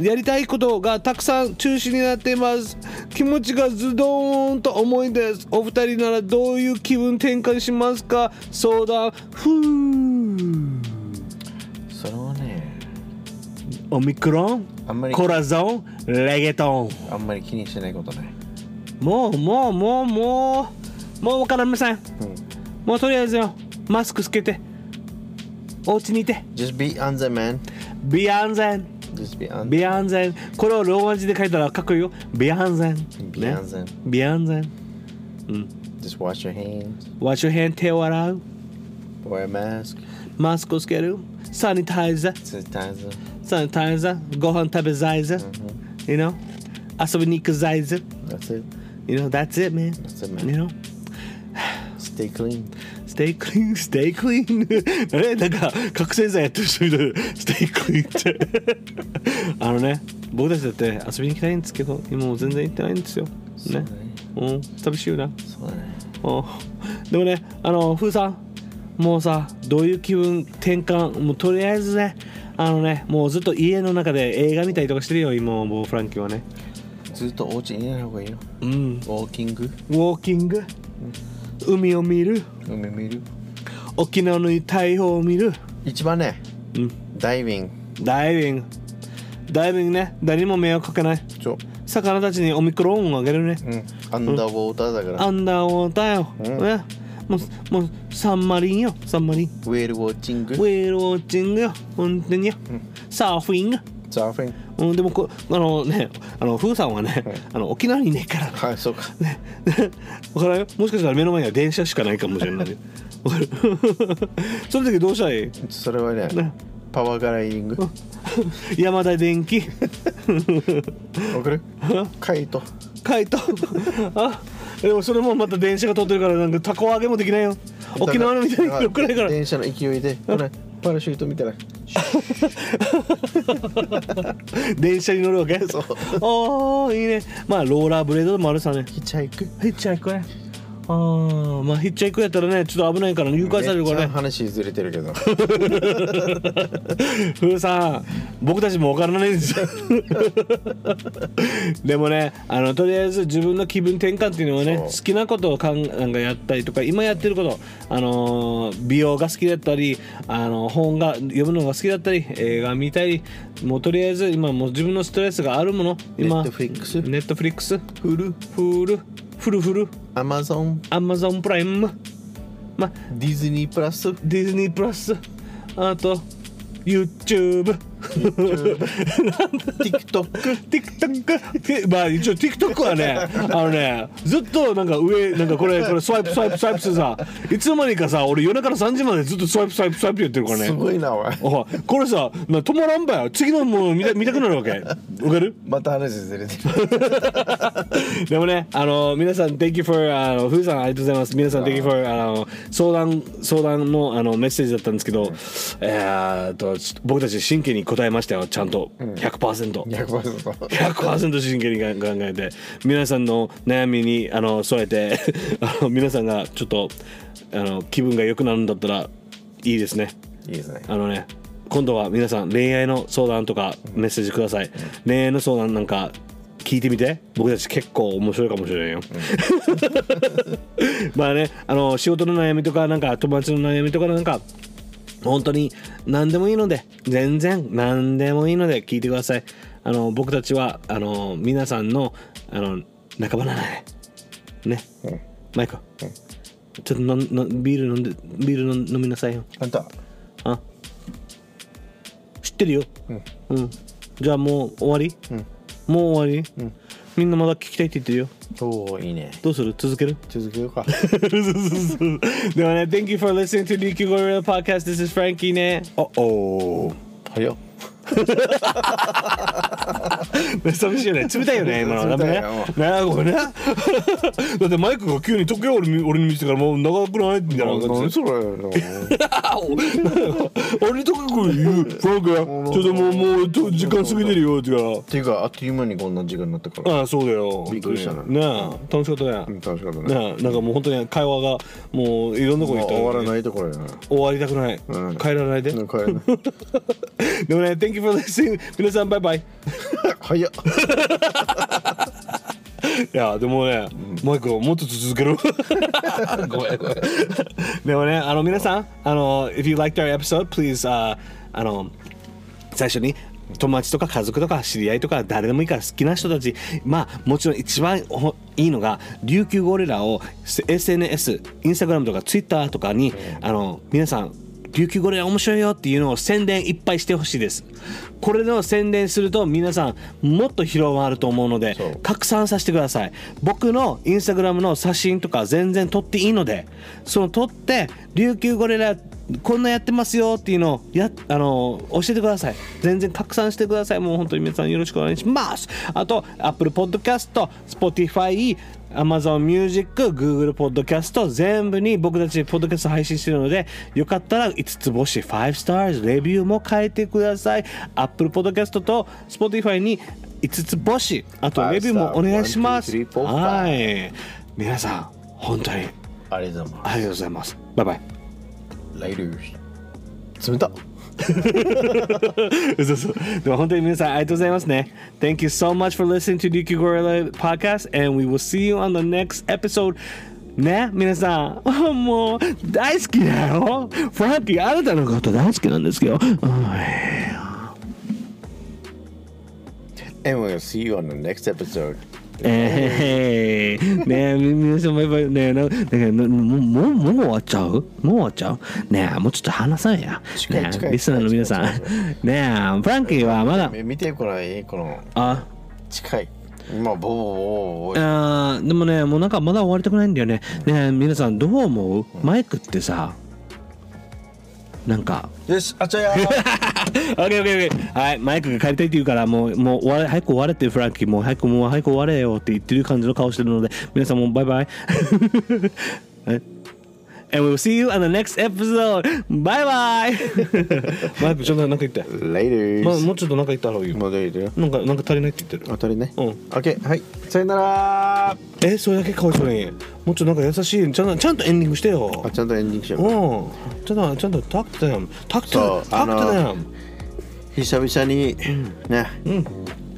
A: やりたいことがたくさん中止になっています気持ちがズドーンと重いですお二人ならどういう気分転換しますか相談ふう
B: それはね
A: オミクロン
B: あんまり
A: コラゾンレゲトン
B: あんまり気にしてないことね
A: もうもうもうもうもう分からません
B: うん
A: もうとりあえずよマスクつけてお家にいて
B: Just be 安全 man
A: ビアンゼン
B: Just be 安全
A: ビアンゼンこれをローマ字で書いたらかっこいいよビアンゼン
B: ビアンゼン
A: ねビアンゼン
B: Just wash your hands
A: ワシュヘン手を洗う
B: Wear a mask
A: マスクつけるサニタイザー
B: Sanitizer
A: サニタイザーご飯食べザイザー you know 遊びに行くザイザー
B: That's it
A: you know that's it man
B: That's it, man.
A: you know
B: Stay clean
A: Stay clean, stay clean. あれなんか覚醒剤やってる人いる Stay clean って。あのね、僕たちだって遊びに行きたいんですけど、今もう全然行ってないんですよ。
B: そう
A: ね
B: ね。
A: うん、寂しいよな。
B: そうだね
A: うんでもね、あの、ふーさん、もうさ、どういう気分転換、もうとりあえずね、あのね、もうずっと家の中で映画見たりとかしてるよ、今、もうフランキーはね。
B: ずっとお家にいない方がいいよ
A: うん、
B: ウォーキング
A: ウォーキング、海を見る、
B: 海見る
A: 沖縄の太陽を見る。
B: 一番ね
A: うん
B: ダイビング
A: ダイビング。ダイビングね、誰にも迷惑かけない。
B: そう
A: 魚たちにオミクロンをあげるね。
B: うんアンダーウォーターだから
A: アンダーウォーターよ。
B: うん
A: ね、もう、もう、サンマリンよ、サンマリン。
B: ウェールウォッチング
A: ウェールウォッチングよ、本当によ。サーフィング。
B: サーフィン
A: うん、でもこ、あのね、あの、フーさんはね、あの、沖縄にいないから。
B: はいそうか
A: ね、わからんよ。もしかしたら目の前には電車しかないかもしれない。わ かるその時どうしたらいい
B: それはね
A: ね
B: パワーガライディング
A: 山田電機。
B: わかるカイト
A: カイトあでもそれもまた電車が通ってるからなんかたこ揚げもできないよ沖縄のみたいに良くない から
B: 電車の勢いでこれパラシュートみたいな
A: 電車に乗るわけ
B: そう
A: おーいいねまあローラーブレードもあるさね
B: ヒッチハイク
A: ヒッチハイクねあーまあヒッチハイクやったらねちょっと危ないから誘拐されるか
B: め
A: ら
B: っちゃ
A: ね
B: 話ずれてるけど
A: ふうさん僕たちも分からないんです よでもねあのとりあえず自分の気分転換っていうのはね
B: そう
A: 好きなことをかんなんかやったりとか今やってること、あのー美容が好きだったり、あの本が読むのが好きだったり映画見たりもうとりあえず今もう自分のストレスがあるもの今
B: Netflix
A: ネットフリックスフルフルフルフル
B: アマゾン
A: アマゾンプライムま
B: ディズニープラス
A: ディズニープラスあと YouTube なんだ
B: TikTok
A: TikTok てまあ一応 TikTok はねあのねずっとなんか上なんかこれこれスワイプスワイプスワイプしてさいつの間にかさ俺夜中の3時までずっとスワイプスワイプスワイプやってるからね
B: すごいなおい
A: おいこれさな止まらんばよ次のもの見た見たくなるわけわかる
B: また話ずれてる
A: でもね、あの皆さん、Thank you for あのふうさんありがとうございます。皆さん、Thank you for あの相談相談のあのメッセージだったんですけど、えーっとちょっと僕たち真剣に答えましたよ、ちゃんと100%。
B: 100%
A: 100%真剣に考えて皆さんの悩みにあの添えて あの皆さんがちょっとあの気分が良くなるんだったらいいですね。
B: いいですね
A: あのね今度は皆さん恋愛の相談とかメッセージください、恋愛の相談なんか聞いてみて僕たち結構面白いかもしれないよ、 まあねあの仕事の悩みとかなんか友達の悩みとかなんか本当に何でもいいので全然何でもいいので聞いてくださいあの僕たちはあの皆さんのあの仲間なのでね、
B: うん
A: マイク、ちょっと飲ん飲んビール飲んでビール飲ん飲みなさいよ
B: あんた
A: あ知ってるよ、うんじゃあもう終わり、もう終わり、みんなまだ聞きたいって言ってるよ
B: おおいいね
A: どうする続け る
B: 続けようか
A: ではね Thank you for listening to DQ Gorilla Podcast This is Frankie ね
B: おおはよ
A: 寂しいよね 冷たい よね今の
B: 冷たい
A: ね
B: よ
A: ねごめんね だってマイクが急に時計を俺に俺に見せてからもう長くないみたいな感
B: 何
A: じで
B: それの
A: 俺に時計を言うフランクやちょっともうもうちょ時間過ぎてるよって言うから
B: ていうかあっという間にこんな時間になったから
A: ああそうだよ
B: びっくりしたね
A: ねえ楽しかった
B: うん
A: ね
B: 楽しかったね
A: ねえなんかもう本当に会話がもういろんなとこ行
B: も
A: った
B: う終わら
A: い
B: ないところやな
A: 終わりたくない、
B: うん
A: 帰らない で、
B: なんか帰れない
A: でもね Thank you for listening 皆さんバイバイ
B: 早っ
A: いやでもね、マイクをもっと続 けろでもねあの皆さんあの If you liked our episode please、uh, あの最初に友達とか家族とか知り合いとか誰でもいいから好きな人たちまあもちろん一番ほいいのが琉球ゴリラを SNS インスタグラムとかツイッターとかに、あの皆さん琉球ゴリラ面白いよっていうのを宣伝いっぱいしてほしいですこれの宣伝すると皆さんもっと広まると思うので
B: そう
A: 拡散させてください僕のインスタグラムの写真とか全然撮っていいのでその撮って琉球ゴリラこんなやってますよっていうのをやあの教えてください全然拡散してくださいもう本当に皆さんよろしくお願いしますあと Apple Podcast Spotify Amazon Music、Google Podcast 全部に僕たちポッドキャスト配信してるのでよかったら5つ星5 stars レビューも書いてください Apple Podcast と Spotify に5つ星あとレビューもお願いします
B: 5 star 1
A: はい
B: 2 3 4 5
A: 皆さん本当に
B: ありがとうございま
A: ありがとうございますバ イバイ
B: すライル冷たっ
A: そうそうでも本当に皆さんありがとうございますね。Thank you so much for listening to Ryukyu Gorilla Podcast and we will see you on the next episode. ね、皆さん、もう大好きだよ。フランキー、あなたのこと大好きなんですけど。
B: And we'll see you on the next episode
A: Eh, えー、ねえ、み皆さん、バイバイ。ねえ、ななんかなもう、もう、もう終わっちゃうもう終わっちゃうねえ、もうちょっと話さんや。
B: 近い
A: ね
B: 近
A: え、
B: い
A: リスナーの皆さん。ねえ、フランキーはまだ、
B: え見てこれこの
A: あ、
B: 近い今ボーボーボーボー
A: あーでもねもうなんかまだ終わりたくないんだよねねえ皆さんどう思うマイクってさなん か
B: よしあちゃや
A: OKOKOK はいマイクが帰りたいって言うからもうもう終われ早く終われってフランキーもう早くもう早く終われよって言ってる感じの顔してるので皆さんもうバイバイ え And we'll see you on the next episode! バイバイ マイクちょっとなんか言って、
B: ライル
A: ま、もうちょっとなんか言った方がいいよ
B: 戻れるよ
A: なんかなんか足りないって言ってる
B: あ足りね
A: うん
B: OK はいさよなら
A: えそれだけかわいそうにもうちょっとなんか優しいちゃんとちゃんとエンディングしてよ
B: あちゃんとエンディングしよう
A: うん、ちょっと、ちょっと、タクトやん。タク
B: そ
A: ト
B: う、
A: タクトや
B: あ
A: ん。
B: 久々にね、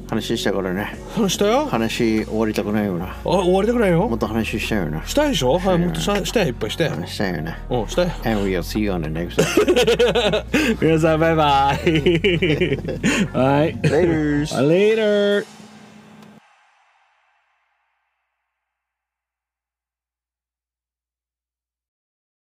B: 話したからね
A: 話したよ。あ、
B: 話終わりたくないよな
A: 終わりたくない
B: もっ
A: よ。
B: と話したいよな
A: したいでしょはい、もっとした、したい、いっぱいして。
B: 話したいよな
A: うん、したい。
B: And we'll see you on the next one
A: 皆さん、バイバイ。はい。
B: Laters
A: Later.